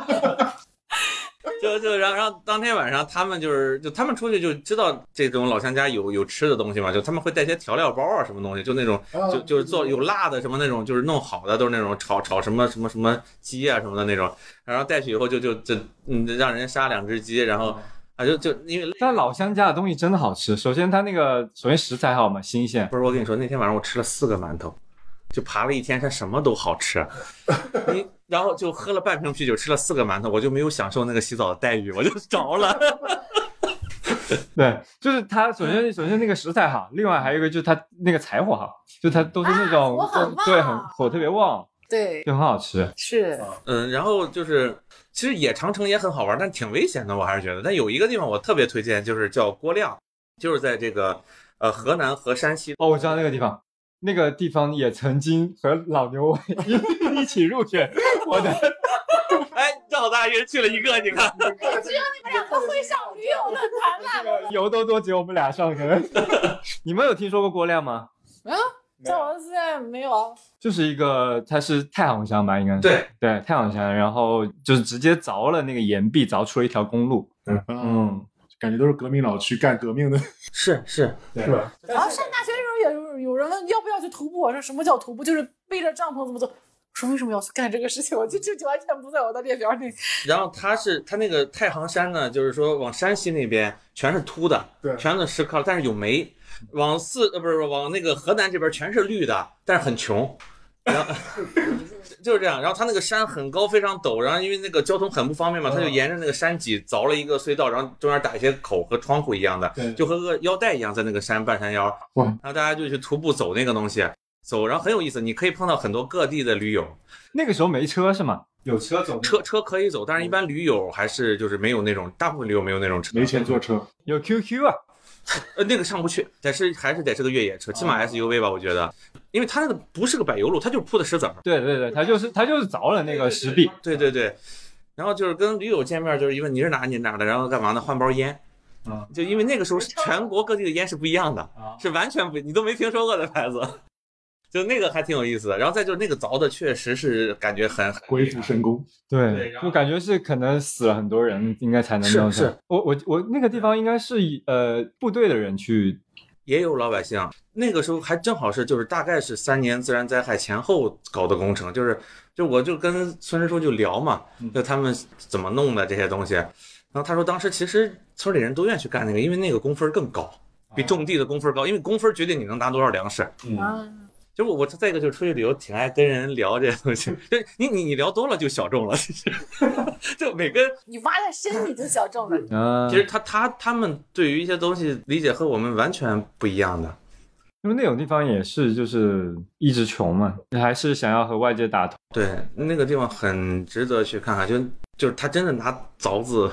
[SPEAKER 6] 就就然后然后当天晚上他们就是就他们出去就知道这种老乡家有有吃的东西嘛，就他们会带些调料包啊什么东西，就那种
[SPEAKER 3] 嗯
[SPEAKER 6] 就就是做有辣的什么那种，就是弄好的都是那种炒炒什么什么什么鸡啊什么的那种，然后带去以后就就就嗯让人杀两只鸡，然后啊就就因为
[SPEAKER 4] 但老乡家的东西真的好吃。首先，它那个首先食材好嘛，新鲜。
[SPEAKER 6] 不是我跟你说那天晚上我吃了四个馒头。就爬了一天山，什么都好吃，你然后就喝了半瓶啤酒，吃了四个馒头，我就没有享受那个洗澡的待遇，我就着了。
[SPEAKER 4] 对， 就是它首先首先那个食材好，另外还有一个就是它那个柴火好，就它都是那种、
[SPEAKER 5] 啊火很旺
[SPEAKER 4] 对很火特别旺，
[SPEAKER 5] 对，
[SPEAKER 4] 就很好吃。
[SPEAKER 5] 是
[SPEAKER 6] 嗯，然后就是，其实野长城也很好玩，但挺危险的，我还是觉得。但有一个地方我特别推荐，就是叫郭亮，就是在这个呃河南和山西。
[SPEAKER 4] 哦，我知道那个地方，那个地方也曾经和老牛尾一起入选我的
[SPEAKER 6] 哎，赵大爷去了一个，你看，
[SPEAKER 5] 你们两个会上驴友论坛了？
[SPEAKER 4] 油都多姐，我们俩上个。 你们有听说过郭亮吗？
[SPEAKER 5] 赵王现在没有啊，
[SPEAKER 4] 就是一个，它是太行山吧，应该是
[SPEAKER 6] 对
[SPEAKER 4] 对太行山，然后就是直接凿了那个岩壁，凿出了一条公路。
[SPEAKER 3] 嗯，
[SPEAKER 4] 嗯，
[SPEAKER 3] 感觉都是革命老区干革命的，
[SPEAKER 6] 是是，
[SPEAKER 3] 是吧？
[SPEAKER 5] 然后上大学的时候，有有人问要不要去徒步，我说什么叫徒步，就是背着帐篷怎么走。我说为什么要去干这个事情？我就这就完全不在我的列表里。
[SPEAKER 6] 然后它是它那个太行山呢，就是说往山西那边全是秃的，
[SPEAKER 3] 对
[SPEAKER 6] 全是石坑，但是有煤；往四呃不是往那个河南这边全是绿的，但是很穷。然后 就是这样，然后它那个山很高，非常陡，然后因为那个交通很不方便嘛，
[SPEAKER 3] 啊
[SPEAKER 6] 它就沿着那个山脊凿了一个隧道，然后中间打一些口和窗户一样的，
[SPEAKER 3] 对
[SPEAKER 6] 就和个腰带一样，在那个山半山腰，
[SPEAKER 3] 哇
[SPEAKER 6] 然后大家就去徒步走那个东西，走，然后很有意思，你可以碰到很多各地的驴友，
[SPEAKER 4] 那个时候没车是吗？
[SPEAKER 8] 有车走
[SPEAKER 6] 车车可以走，但是一般驴友还是就是没有那种，大部分驴友没有那种车，
[SPEAKER 3] 没钱坐车，
[SPEAKER 4] 有 QQ 啊，
[SPEAKER 6] 呃，那个上不去，但是还是得是个越野车，起码 SUV 吧，我觉得，因为它那个不是个柏油路，它就是铺的石子儿，
[SPEAKER 4] 对对对，他就是他就是凿了那个石壁，
[SPEAKER 6] 对对对，然后就是跟驴友见面，就是一问你是哪你是哪的，然后干嘛呢？换包烟。
[SPEAKER 4] 啊，
[SPEAKER 6] 就因为那个时候是全国各地的烟是不一样的，
[SPEAKER 4] 啊
[SPEAKER 6] 是完全不你都没听说过的牌子， 就那个还挺有意思的。然后再就是那个凿的确实是感觉很
[SPEAKER 3] 鬼斧神工，
[SPEAKER 6] 对
[SPEAKER 4] 对
[SPEAKER 6] 然，后嗯
[SPEAKER 4] 就感觉是可能死了很多人，应该才能
[SPEAKER 6] 是
[SPEAKER 4] 弄出来
[SPEAKER 6] 是。
[SPEAKER 4] 我我我那个地方应该是以呃部队的人去，
[SPEAKER 6] 也有老百姓。那个时候还正好是就是大概是三年自然灾害前后搞的工程，就是就我就跟村支书就聊嘛，就他们怎么弄的这些东西。然后他说，当时其实村里人都愿意去干那个，因为那个工分更高，比种地的工分高，因为工分决定你能拿多少粮食。
[SPEAKER 5] 啊，
[SPEAKER 6] 就我我再一个就是出去旅游，挺爱跟人聊这些东西。 就是你你你聊多了就小众了，其实 就每个人
[SPEAKER 5] 你挖在深里就小众了。
[SPEAKER 4] 啊，
[SPEAKER 6] 其实他他他们对于一些东西理解和我们完全不一样的。
[SPEAKER 4] 因为那种地方也是就是一直穷嘛，还是想要和外界打通。
[SPEAKER 6] 对，那个地方很值得去看看，就就是他真的拿凿子，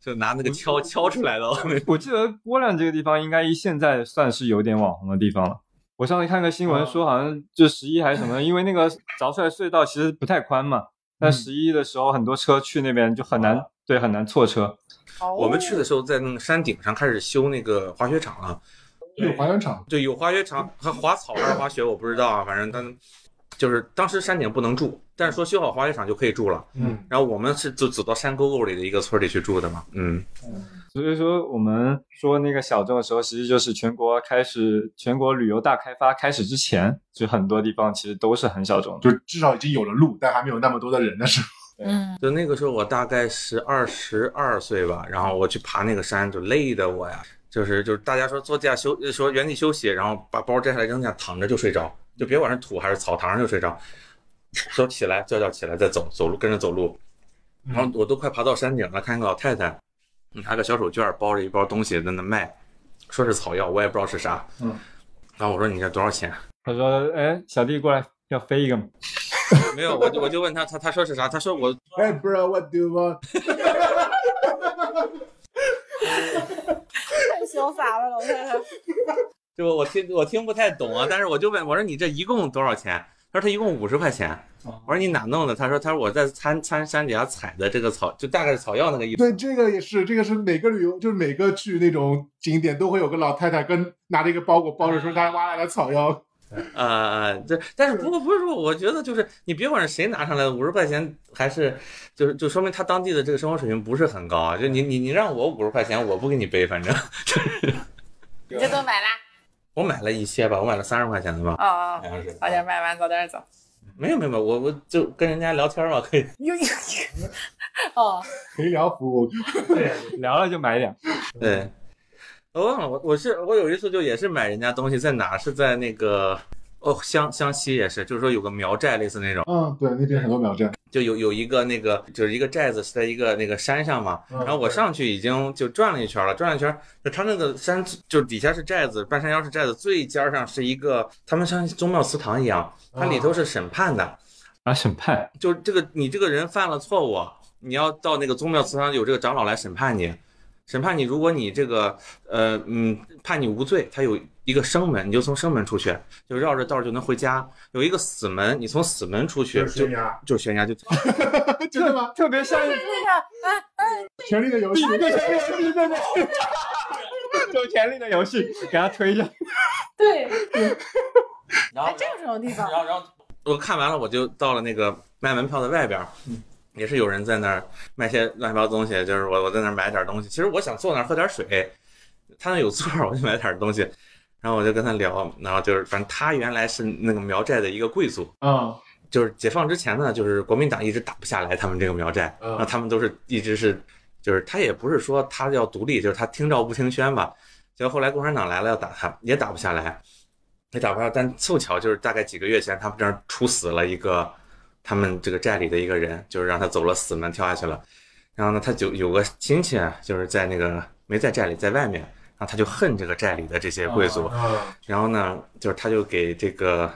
[SPEAKER 6] 就拿那个敲敲出来的。
[SPEAKER 4] 我记得郭亮这个地方应该现在算是有点网红的地方了。我上次看个新
[SPEAKER 6] 哦
[SPEAKER 4] 闻说，好像就十一还是什么，因为那个凿出来隧道其实不太宽嘛，
[SPEAKER 6] 嗯
[SPEAKER 4] 但十一的时候很多车去那边就很
[SPEAKER 6] 哦
[SPEAKER 4] 难，对，很难错车。
[SPEAKER 5] 哦
[SPEAKER 6] 我们去的时候在那个山顶上开始修那个滑雪场了，
[SPEAKER 3] 有滑雪场，
[SPEAKER 6] 对，有滑雪场和滑草还是滑雪，我不知道啊，反正但就是当时山顶不能住，但是说修好滑雪场就可以住了。
[SPEAKER 3] 嗯，
[SPEAKER 6] 然后我们是就走到山沟沟里的一个村里去住的嘛，嗯，
[SPEAKER 4] 所以说，我们说那个小众的时候，其实就是全国开始全国旅游大开发开始之前，就很多地方其实都是很小众的。
[SPEAKER 3] 就至少已经有了路，但还没有那么多的人的 时候，
[SPEAKER 5] 嗯，
[SPEAKER 6] 就那个时候我大概是二十二岁吧，然后我去爬那个山，就累的我呀，就是就是大家说坐下休说原地休息，然后把包摘下来扔下，躺着就睡着，就别管是土还是草，躺上就睡着，说起来叫叫起来再走走路跟着走路，然后我都快爬到山顶了，看一个老太太拿个小手绢包着一包东西在那卖，说是草药，我也不知道是啥，
[SPEAKER 3] 嗯，
[SPEAKER 6] 然后我说你这多少钱？
[SPEAKER 4] 他说：“哎，小弟过来要飞一个吗
[SPEAKER 6] 没有，我就我就问他，他他说是啥？他说我
[SPEAKER 3] 哎，bro，what do you want？
[SPEAKER 5] 太潇洒了，老太太。
[SPEAKER 6] 就我听我听不太懂啊，但是我就问我说你这一共多少钱？他说他一共五十块钱。我说你哪弄的？他说他说我在参参山底下采的这个草，就大概是草药那个意思。
[SPEAKER 3] 对，这个也是，这个是每个旅游，就是每个去那种景点都会有个老太太跟拿着一个包裹包着 说她挖来的草药，
[SPEAKER 6] 呃，这但是不过不是说，我觉得就是你别管是谁拿上来的五十块钱，还是就是就说明他当地的这个生活水平不是很高啊。就你你你让我五十块钱，我不给你背，反正
[SPEAKER 5] 你这都买啦？
[SPEAKER 6] 我买了一些吧，我买了三十块钱的吧，
[SPEAKER 5] 啊啊
[SPEAKER 6] 好！像是。
[SPEAKER 5] 早点卖完，早点走。
[SPEAKER 6] 没有没有没有，我我就跟人家聊天嘛，可以。
[SPEAKER 5] 又又又，哦，
[SPEAKER 3] 陪聊服务。
[SPEAKER 4] 聊了就买点。
[SPEAKER 6] 对，我忘了，我我是我有一次就也是买人家东西，在哪儿是在那个哦湘湘西也是，就是说有个苗寨类似那种，
[SPEAKER 3] 嗯，对，那边很多秒站。
[SPEAKER 6] 就有有一个那个就是一个寨子是在一个那个山上嘛，
[SPEAKER 3] 嗯
[SPEAKER 6] 然后我
[SPEAKER 3] 对
[SPEAKER 6] 上去已经就转了一圈了，转了一圈，就它那个山就底下是寨子，半山腰是寨子，最尖儿上是一个他们像宗庙祠堂一样，它
[SPEAKER 3] 嗯
[SPEAKER 6] 里头是审判的，
[SPEAKER 4] 啊，审判
[SPEAKER 6] 就是这个你这个人犯了错误，你要到那个宗庙祠堂有这个长老来审判你，审判你。如果你这个呃嗯判你无罪，他有一个生门，你就从生门出去，就绕着道儿就能回家。有一个死门，你从死门出去
[SPEAKER 3] 就是
[SPEAKER 6] 就
[SPEAKER 3] 悬崖，
[SPEAKER 6] 就是悬崖， 就
[SPEAKER 3] 真的吗？
[SPEAKER 4] 特别像
[SPEAKER 5] 那个，哎，
[SPEAKER 3] 权力的游戏，
[SPEAKER 4] 游戏，对对，有权力的游戏，给他推一下。
[SPEAKER 5] 对，
[SPEAKER 6] 然
[SPEAKER 5] 还真哎有这种地方。
[SPEAKER 6] 后然后我看完了，我就到了那个卖门票的外边儿，也是有人在那儿卖些乱七八糟东西，就是我我在那儿买点儿东西。其实我想坐那儿喝点水，他那有座儿，我就买点儿东西。然后我就跟他聊，然后就是反正他原来是那个苗寨的一个贵族，
[SPEAKER 3] 嗯，
[SPEAKER 6] 就是解放之前呢，就是国民党一直打不下来他们这个苗寨，
[SPEAKER 3] 嗯
[SPEAKER 6] 然后他们都是一直是，就是他也不是说他要独立，就是他听照不听宣吧。结果后来共产党来了要打他，也打不下来，也打不下来。但凑巧就是大概几个月前，他们这儿处死了一个他们这个寨里的一个人，就是让他走了死门跳下去了。然后呢，他就有个亲戚啊，就是在那个没在寨里，在外面，然后他就恨这个寨里的这些贵族，然后呢，就是他就给这个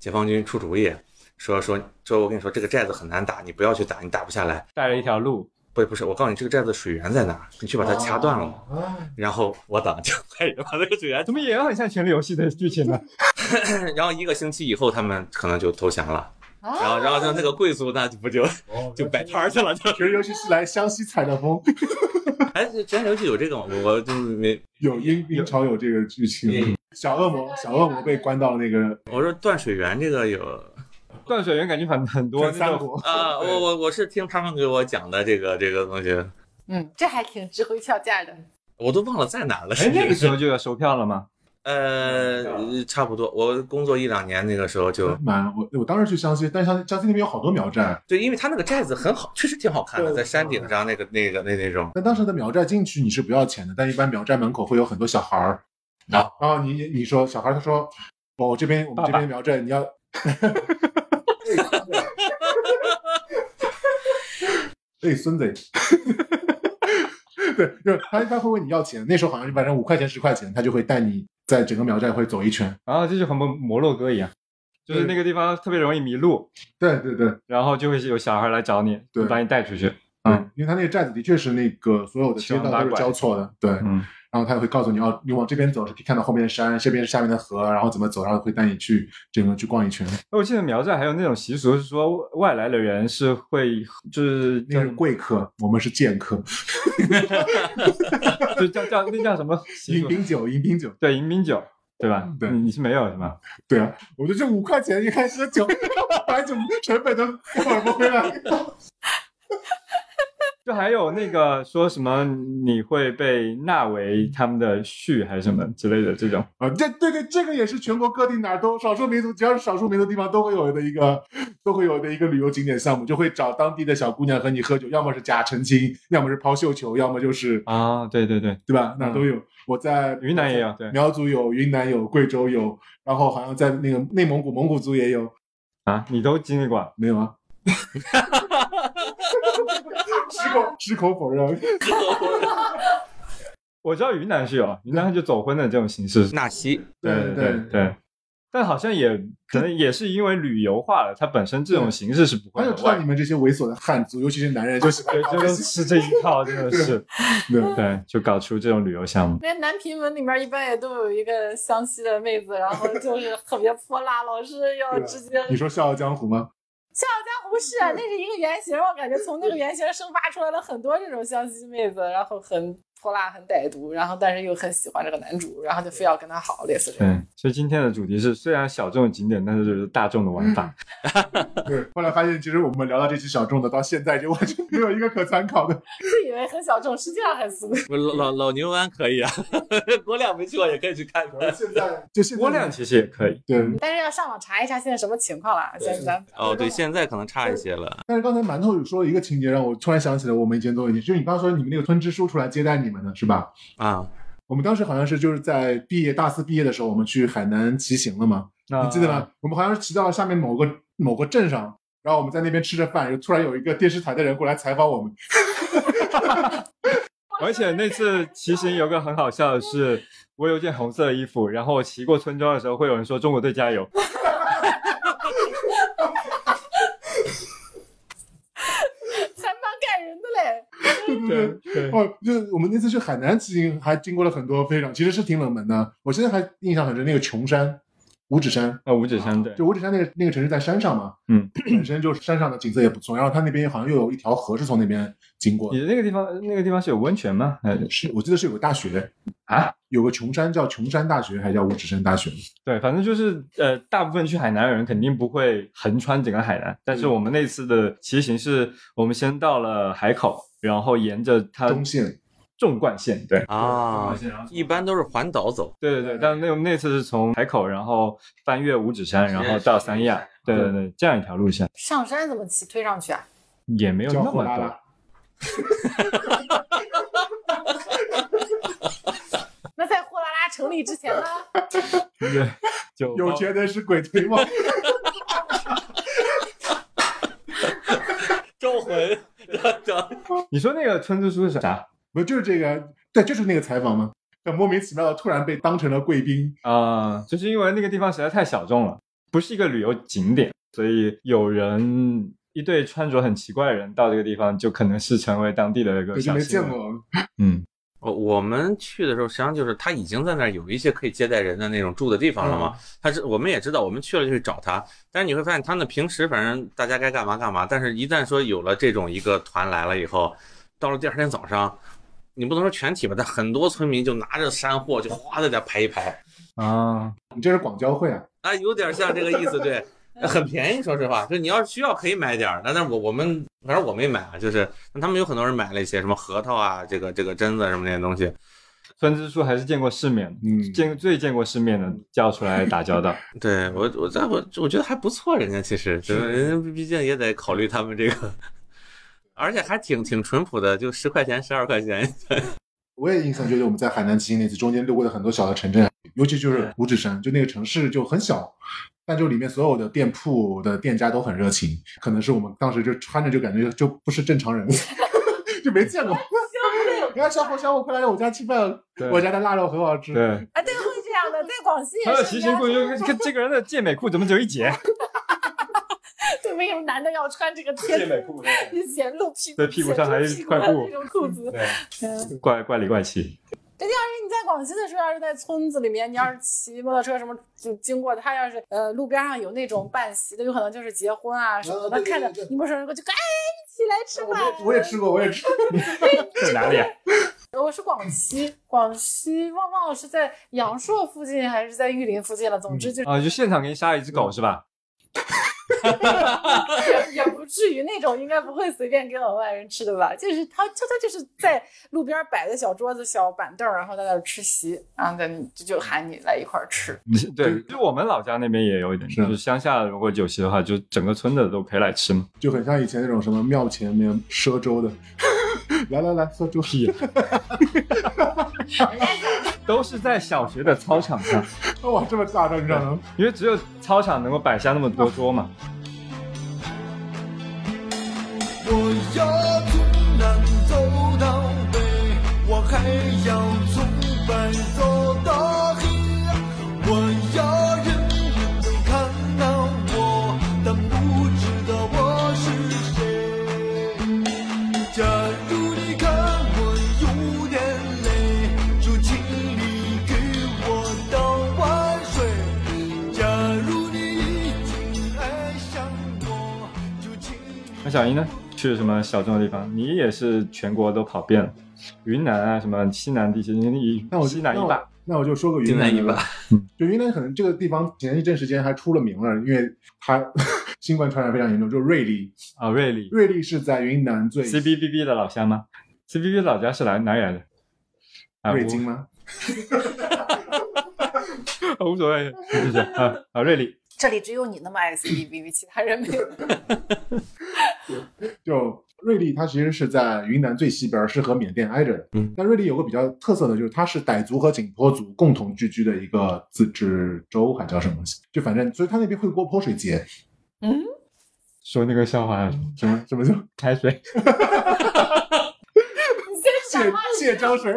[SPEAKER 6] 解放军出主意，说说说，我跟你说，这个寨子很难打，你不要去打，你打不下来。
[SPEAKER 4] 带了一条路，
[SPEAKER 6] 不不是，我告诉你，这个寨子的水源在哪儿，你去把它掐断了。
[SPEAKER 4] 哦
[SPEAKER 6] 然后我党就开始把这个水源
[SPEAKER 4] 怎么也很像权力游戏的剧情呢？
[SPEAKER 6] 然后一个星期以后，他们可能就投降了。
[SPEAKER 4] 哦
[SPEAKER 5] 啊
[SPEAKER 6] 然后，然后就那个贵族那就不就 就摆摊儿去了？就
[SPEAKER 3] 权力游戏是来湘西采的风，
[SPEAKER 6] 哎，这全游戏有这个吗？我我就是没，
[SPEAKER 3] 有英英朝有这个剧情。小恶魔，小恶魔被关到那个
[SPEAKER 6] 我说断水源这个有
[SPEAKER 4] 断水源感觉很很多
[SPEAKER 3] 穿
[SPEAKER 4] 那
[SPEAKER 3] 三
[SPEAKER 4] 种，
[SPEAKER 3] 国，
[SPEAKER 6] 啊，我我我是听他们给我讲的这个这个东西，
[SPEAKER 5] 嗯，这还挺值回票价的。
[SPEAKER 6] 我都忘了在哪了。
[SPEAKER 4] 哎，那个
[SPEAKER 6] 是
[SPEAKER 4] 时候就有售票了吗？
[SPEAKER 6] 呃，差不多，我工作一两年那个时候就
[SPEAKER 3] 蛮我我当时去湘西，但湘湘西那边有好多苗寨，
[SPEAKER 6] 对，因为它那个寨子很好，确实挺好看的，
[SPEAKER 3] 对
[SPEAKER 6] 在山顶上那个那个那那种。
[SPEAKER 3] 但当时的苗寨进去你是不要钱的，但一般苗寨门口会有很多小孩儿。
[SPEAKER 6] 啊
[SPEAKER 3] 然后你你说小孩儿，他说我、这边我们这边苗寨你要哎，孙子。对，就是他一般会问你要钱，那时候好像是反正五块钱十块钱，他就会带你在整个苗寨会走一圈。
[SPEAKER 4] 然后这就很摩摩洛哥一样，就是
[SPEAKER 3] 对
[SPEAKER 4] 那个地方特别容易迷路，
[SPEAKER 3] 对对对，
[SPEAKER 4] 然后就会有小孩来找你，
[SPEAKER 3] 对
[SPEAKER 4] 把你带出去。
[SPEAKER 3] 嗯，因为他那个寨子的确是那个所有的街道都是交错的，对。
[SPEAKER 4] 嗯，
[SPEAKER 3] 然后他也会告诉你，哦，你往这边走是可以看到后面的山，这边是下面的河，然后怎么走，然后会带你去整个去逛一圈。
[SPEAKER 4] 我记得苗寨还有那种习俗是说外来的人是会就是
[SPEAKER 3] 那
[SPEAKER 4] 叫
[SPEAKER 3] 是贵客，我们是剑客，
[SPEAKER 4] 就叫叫那叫 什么习
[SPEAKER 3] 迎
[SPEAKER 4] 俗？
[SPEAKER 3] 宾酒，迎宾酒。
[SPEAKER 4] 对，迎宾酒，对吧？
[SPEAKER 3] 对
[SPEAKER 4] 你你是没有是吧？
[SPEAKER 3] 对啊，我就这五块钱一开始的酒， 把酒成本都返不回来。
[SPEAKER 4] 就还有那个说什么你会被纳为他们的婿还是什么之类的这种，
[SPEAKER 3] 啊，这对对，这个也是全国各地哪儿都少数民族，只要是少数民族地方都会有的一个，都会有的一个旅游景点项目，就会找当地的小姑娘和你喝酒，要么是假成亲，要么是抛绣球，要么就是
[SPEAKER 4] 啊，对对对，
[SPEAKER 3] 对吧？哪儿都有。我在
[SPEAKER 4] 云南也有 对
[SPEAKER 3] 苗族有，云南有，贵州有，然后好像在那个内蒙古蒙古族也有，
[SPEAKER 4] 啊，你都经历过啊？
[SPEAKER 3] 没有 啊？矢口矢口否认。
[SPEAKER 4] 我知道云南是有，云南就走婚的这种形式。
[SPEAKER 6] 纳西，
[SPEAKER 4] 对
[SPEAKER 3] 对
[SPEAKER 4] 对对，但好像也可能也是因为旅游化了，它本身这种形式是不
[SPEAKER 3] 我
[SPEAKER 4] 会
[SPEAKER 3] 就
[SPEAKER 4] 有
[SPEAKER 3] 知道你
[SPEAKER 4] 外。
[SPEAKER 3] 们这些猥琐的汉族，尤其是男人，就喜欢
[SPEAKER 4] 对，
[SPEAKER 3] 搞
[SPEAKER 4] 就
[SPEAKER 3] 这
[SPEAKER 4] 跟
[SPEAKER 3] 些。
[SPEAKER 4] 吃这一套，真的是，
[SPEAKER 3] 对
[SPEAKER 4] 对，就搞出这种旅游项目。
[SPEAKER 5] 连男频文里面一般也都有一个湘西的妹子，然后就是特别泼辣，老是要
[SPEAKER 4] 啊
[SPEAKER 5] 直接。
[SPEAKER 3] 你说《笑傲江湖》吗？
[SPEAKER 5] 那不是，啊那是一个原型，我感觉从那个原型生发出来了很多这种湘西妹子，然后很泼辣、很歹毒，然后但是又很喜欢这个男主，然后就非要跟他好，类似这样。
[SPEAKER 4] 对，所以今天的主题是，虽然小众的景点，但是就是大众的玩法。
[SPEAKER 3] 嗯 对，后来发现其实我们聊到这期小众的，到现在就完全没有一个可参考 的。
[SPEAKER 5] 自以为很小众，实际上很俗。
[SPEAKER 6] 不是老老老牛湾可以啊，国两没去过也可以去看看。
[SPEAKER 3] 现在就现在
[SPEAKER 4] 窝量其实也可以，
[SPEAKER 3] 对，
[SPEAKER 5] 但是要上网查一查现在什么情况了。现在咱
[SPEAKER 6] 哦，对，现在可能差一些了。
[SPEAKER 3] 但是刚才馒头说了一个情节，让我突然想起了我们以前做的一件，就是你刚刚说你们那个村支书出来接待你们的是吧？
[SPEAKER 6] 啊，
[SPEAKER 3] 我们当时好像是就是在毕业大四毕业的时候，我们去海南骑行了嘛，
[SPEAKER 4] 那
[SPEAKER 3] 你记得
[SPEAKER 4] 啊
[SPEAKER 3] 吗？？我们好像是骑到了下面某个某个镇上，然后我们在那边吃着饭，就突然有一个电视台的人过来采访我们，
[SPEAKER 4] 而且那次骑行 有个很好笑的是，我有件红色的衣服，然后我骑过村庄的时候，会有人说“中国队加油
[SPEAKER 5] 还蛮感人的嘞。”。
[SPEAKER 4] 对对，
[SPEAKER 3] 哦，就是我们那次去海南骑行，还经过了很多非常其实是挺冷门的。我现在还印象很深，那个琼山、五指山，
[SPEAKER 4] 啊，五指山对，
[SPEAKER 3] 就五指山那个那个城市在山上嘛，
[SPEAKER 4] 嗯，
[SPEAKER 3] 本身就是山上的景色也不错。然后它那边好像又有一条河是从那边经过
[SPEAKER 4] 你
[SPEAKER 3] 的，
[SPEAKER 4] 那个地方那个地方是有温泉吗？还是
[SPEAKER 3] 是我记得是有个大学
[SPEAKER 4] 啊，
[SPEAKER 3] 有个琼山叫琼山大学，还叫五指山大学。
[SPEAKER 4] 对，反正就是呃，大部分去海南的人肯定不会横穿整个海南，但
[SPEAKER 3] 嗯
[SPEAKER 4] 是我们那次的骑行是我们先到了海口，然后沿着它
[SPEAKER 3] 中线
[SPEAKER 4] 纵贯线，对纵
[SPEAKER 6] 啊
[SPEAKER 4] 贯，线然后
[SPEAKER 6] 一般都是环岛走。
[SPEAKER 4] 对对对，但那那次是从海口，然后翻越五指山，然后到三亚，对对
[SPEAKER 3] 嗯
[SPEAKER 4] 对，这样一条路线
[SPEAKER 5] 上山怎么骑推上去啊？
[SPEAKER 4] 也没有
[SPEAKER 3] 叫
[SPEAKER 4] 那
[SPEAKER 3] 货
[SPEAKER 4] 么
[SPEAKER 3] 拉
[SPEAKER 4] 多
[SPEAKER 3] 拉，，
[SPEAKER 5] 那在货拉拉成立之前呢？
[SPEAKER 4] 对，就
[SPEAKER 3] 有钱人是鬼推 磨。
[SPEAKER 6] 招魂，招
[SPEAKER 4] 你说那个村支书是啥？
[SPEAKER 3] 不就是这个？对，就是那个采访吗？很莫名其妙的，突然被当成了贵宾。
[SPEAKER 4] 啊、就是因为那个地方实在太小众了，不是一个旅游景点，所以有人一对穿着很奇怪的人到这个地方，就可能是成为当地的一个
[SPEAKER 3] 我就
[SPEAKER 4] 小啊
[SPEAKER 3] 没
[SPEAKER 4] 新
[SPEAKER 3] 见
[SPEAKER 4] 闻。
[SPEAKER 3] 过，
[SPEAKER 4] 嗯，
[SPEAKER 6] 我哦我们去的时候，实际上就是他已经在那儿有一些可以接待人的那种住的地方了嘛。他是我们也知道，我们去了就去找他。但是你会发现，他呢平时反正大家该干嘛干嘛，但是一旦说有了这种一个团来了以后，到了第二天早上，你不能说全体吧，但很多村民就拿着山货就哗在那排一排，
[SPEAKER 4] 啊，
[SPEAKER 3] 你这是广交会啊？
[SPEAKER 6] 啊，有点像这个意思，对，很便宜。说实话，就你要是需要可以买点儿，那但我我们反正我没买啊，就是那他们有很多人买了一些什么核桃啊，这个这个榛子什么那些东西。
[SPEAKER 4] 村支书还是见过世面的，
[SPEAKER 3] 嗯
[SPEAKER 4] 见最见过世面的叫出来打交道。
[SPEAKER 6] 对我我在我我觉得还不错，人家其实就是人家毕竟也得考虑他们这个， 而且还挺挺淳朴的，就十块钱十二块钱。
[SPEAKER 3] 我也印象觉得我们在海南骑行那次，中间路过的很多小的城镇，啊尤其就是五指山，就那个城市就很小，但就里面所有的店铺的店家都很热情。可能是我们当时就穿着就感觉就不是正常人， 就没见过。你看小伙小伙，快来我家吃饭，
[SPEAKER 4] 对
[SPEAKER 3] 我家的腊肉很好吃。
[SPEAKER 4] 对，
[SPEAKER 5] 啊，对，会这样的，在广西
[SPEAKER 4] 他
[SPEAKER 5] 也
[SPEAKER 4] 的
[SPEAKER 5] 是。
[SPEAKER 4] 骑行裤就跟跟这个人的健美裤怎么只有一截？
[SPEAKER 5] 对，为什么男的要穿这个贴
[SPEAKER 4] 健美裤对
[SPEAKER 5] 一显露屁股，
[SPEAKER 4] 对屁股上还
[SPEAKER 5] 显露屁股
[SPEAKER 4] 块
[SPEAKER 5] 的
[SPEAKER 4] 布
[SPEAKER 5] 那种裤子。嗯
[SPEAKER 4] 对，怪怪里怪气。
[SPEAKER 5] 你在广西的时候，要是在村子里面，你要是骑摩托车什么就经过，他要是呃路边上有那种办席的，有可能就是结婚啊什么的，
[SPEAKER 3] 啊对对
[SPEAKER 5] 看着
[SPEAKER 3] 对对
[SPEAKER 5] 你陌生人过去，哎，一起来吃
[SPEAKER 3] 我
[SPEAKER 5] 饭。呃
[SPEAKER 3] 也我也吃过，我也吃过。
[SPEAKER 4] 这哪里啊？
[SPEAKER 5] 我是广西，广西忘忘了是在阳朔附近还是在玉林附近了，总之就是
[SPEAKER 4] 啊，就现场给你杀了一只狗是吧？
[SPEAKER 5] 也也不至于那种，应该不会随便给老外人吃的吧？就是他，就他就是在路边摆的小桌子、小板凳，然后在那儿吃席，然后在你就就喊你来一块儿吃。
[SPEAKER 4] 对，就我们老家那边也有一点，
[SPEAKER 3] 是
[SPEAKER 4] 就是乡下如果酒席的话，就整个村的都可以来吃嘛。
[SPEAKER 3] 就很像以前那种什么庙前面赊粥的， 来来来，喝粥。
[SPEAKER 4] 屁，都是在小学的操场上，
[SPEAKER 3] 哇，这么大张，你知道吗？
[SPEAKER 4] 因为只有操场能够摆下那么多桌嘛。
[SPEAKER 2] 我要从南走到北，我还要从白走到黑，我要人人
[SPEAKER 4] 小英呢，去了什么小众的地方？你也是全国都跑遍了，云南啊，什么西南地区，你
[SPEAKER 3] 那我就
[SPEAKER 4] 西南一
[SPEAKER 3] 那
[SPEAKER 4] 霸
[SPEAKER 3] 我，那我就说个云
[SPEAKER 6] 云南
[SPEAKER 3] 南
[SPEAKER 6] 一
[SPEAKER 3] 的
[SPEAKER 6] 霸
[SPEAKER 3] 吧。就云南可能这个地方前一阵时间还出了名了，因为它 新冠传染非常严重，就是瑞丽。
[SPEAKER 4] 啊，瑞丽
[SPEAKER 3] 瑞丽是在云南最
[SPEAKER 4] ，CBBB 的老乡吗？CBBB 老家是哪哪里来的？啊，
[SPEAKER 3] 瑞金吗？
[SPEAKER 4] 我无所 谓，是不是啊啊，瑞丽
[SPEAKER 5] 这里只有你那么爱 C B B B，其他人没有。
[SPEAKER 3] 就瑞丽，它其实是在云南最西边，是和缅甸挨着的。
[SPEAKER 6] 嗯，
[SPEAKER 3] 但瑞丽有个比较特色的，就是它是傣族和景颇族共同聚居的一个自治州，还叫什么东西？就反正，所以它那边会过泼水节，
[SPEAKER 4] 说那个笑话，
[SPEAKER 3] 什么什么叫
[SPEAKER 4] 开水。
[SPEAKER 5] 你先
[SPEAKER 3] 谢谢张神。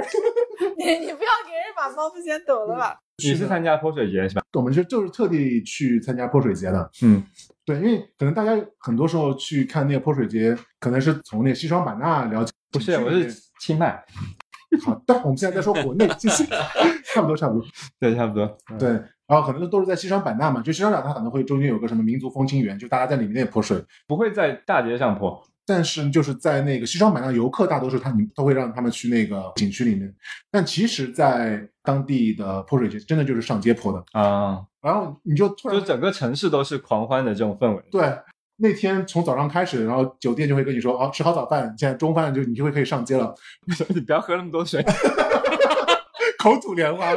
[SPEAKER 5] 你你不要给人把包袱先抖了吧。
[SPEAKER 4] 你是参加泼水节是吧？
[SPEAKER 3] 我们就就是特地去参加泼水节的。
[SPEAKER 4] 嗯，
[SPEAKER 3] 对，因为可能大家很多时候去看那个泼水节，可能是从那个西双版纳了解。
[SPEAKER 4] 不是，我是清迈，
[SPEAKER 3] 好的，我们现在在说国内，谢 谢，差不多差不多。
[SPEAKER 4] 对，差不多。
[SPEAKER 3] 对，然后可能都是在西双版纳嘛，就西双版纳可能会中间有个什么民族风情园，就大家在里面也泼水。
[SPEAKER 4] 不会在大街上泼。
[SPEAKER 3] 但是就是在那个西双版纳，游客大多数他们都会让他们去那个景区里面，但其实，在当地的泼水节真的就是上街泼的。
[SPEAKER 4] 啊，
[SPEAKER 3] 然后你就突然
[SPEAKER 4] 就整个城市都是狂欢的这种氛围。
[SPEAKER 3] 对，那天从早上开始，然后酒店就会跟你说，哦，吃好早饭，现在中饭就你就会可以上街了，
[SPEAKER 4] 你不要喝那么多水，
[SPEAKER 3] 口吐莲 花。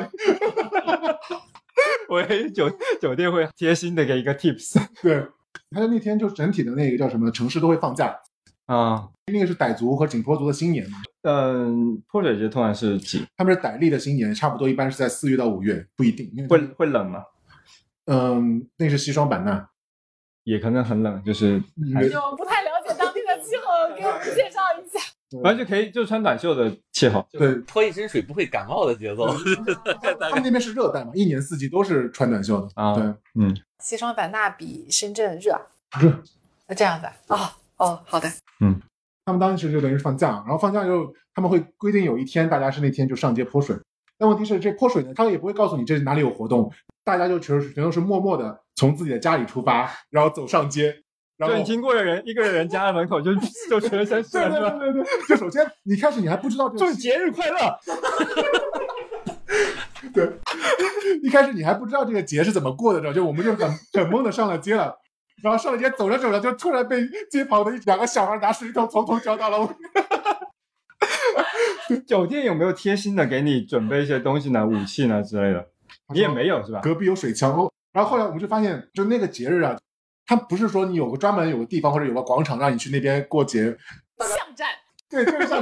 [SPEAKER 4] 我也酒酒店会贴心的给一个 tips
[SPEAKER 3] 对，他就那天就整体的那个叫什么城市都会放假，
[SPEAKER 4] 啊。
[SPEAKER 3] 那个是傣族和景颇族的新年嘛，
[SPEAKER 4] 嗯，泼水节通常是几？
[SPEAKER 3] 他们是傣历的新年，差不多一般是在四月到五月，不一定，因为
[SPEAKER 4] 会
[SPEAKER 3] 他们
[SPEAKER 4] 会冷吗？
[SPEAKER 3] 嗯，那是西双版纳，
[SPEAKER 4] 也可能很冷，就是还
[SPEAKER 3] 嗯
[SPEAKER 4] 是
[SPEAKER 5] 就不太了解当地的气候，给我们介绍一下。
[SPEAKER 4] 反正就可以就穿短袖的气候。
[SPEAKER 3] 对
[SPEAKER 6] 泼一身水不会感冒的节奏。
[SPEAKER 3] 他们那边是热带嘛，一年四季都是穿短袖的
[SPEAKER 4] 啊
[SPEAKER 3] 对，
[SPEAKER 4] 嗯，
[SPEAKER 5] 西双版纳比深圳热啊，
[SPEAKER 3] 热
[SPEAKER 5] 那这样子啊？哦哦，好的。
[SPEAKER 3] 他们当时就等于是放假，然后放假就他们会规定有一天大家是那天就上街泼水，但问题是这泼水呢，他也不会告诉你这是哪里有活动，大家就全是全都是默默的从自己的家里出发，然后走上街，然后
[SPEAKER 4] 就你经过的人，一个人家的门口就 就全身
[SPEAKER 3] 对
[SPEAKER 4] 酸
[SPEAKER 3] 对
[SPEAKER 4] 了。
[SPEAKER 3] 对对对，就首先你开始你还不知道这
[SPEAKER 4] 祝
[SPEAKER 3] 个
[SPEAKER 4] 你节日快乐！
[SPEAKER 3] 一开始你还不知道这个节是怎么过的，知道就我们就很很懵的上了街了。然后上了街走着走着，就突然被街旁的一两个小孩拿石头从头浇到了我。
[SPEAKER 4] 酒店有没有贴心的给你准备一些东西呢？武器呢之类的？你也没有是吧？
[SPEAKER 3] 隔壁有水枪。然后后来我们就发现，就那个节日啊，它不是说你有个专门有个地方或者有个广场让你去那边过节，
[SPEAKER 5] 巷战，
[SPEAKER 3] 对，就是像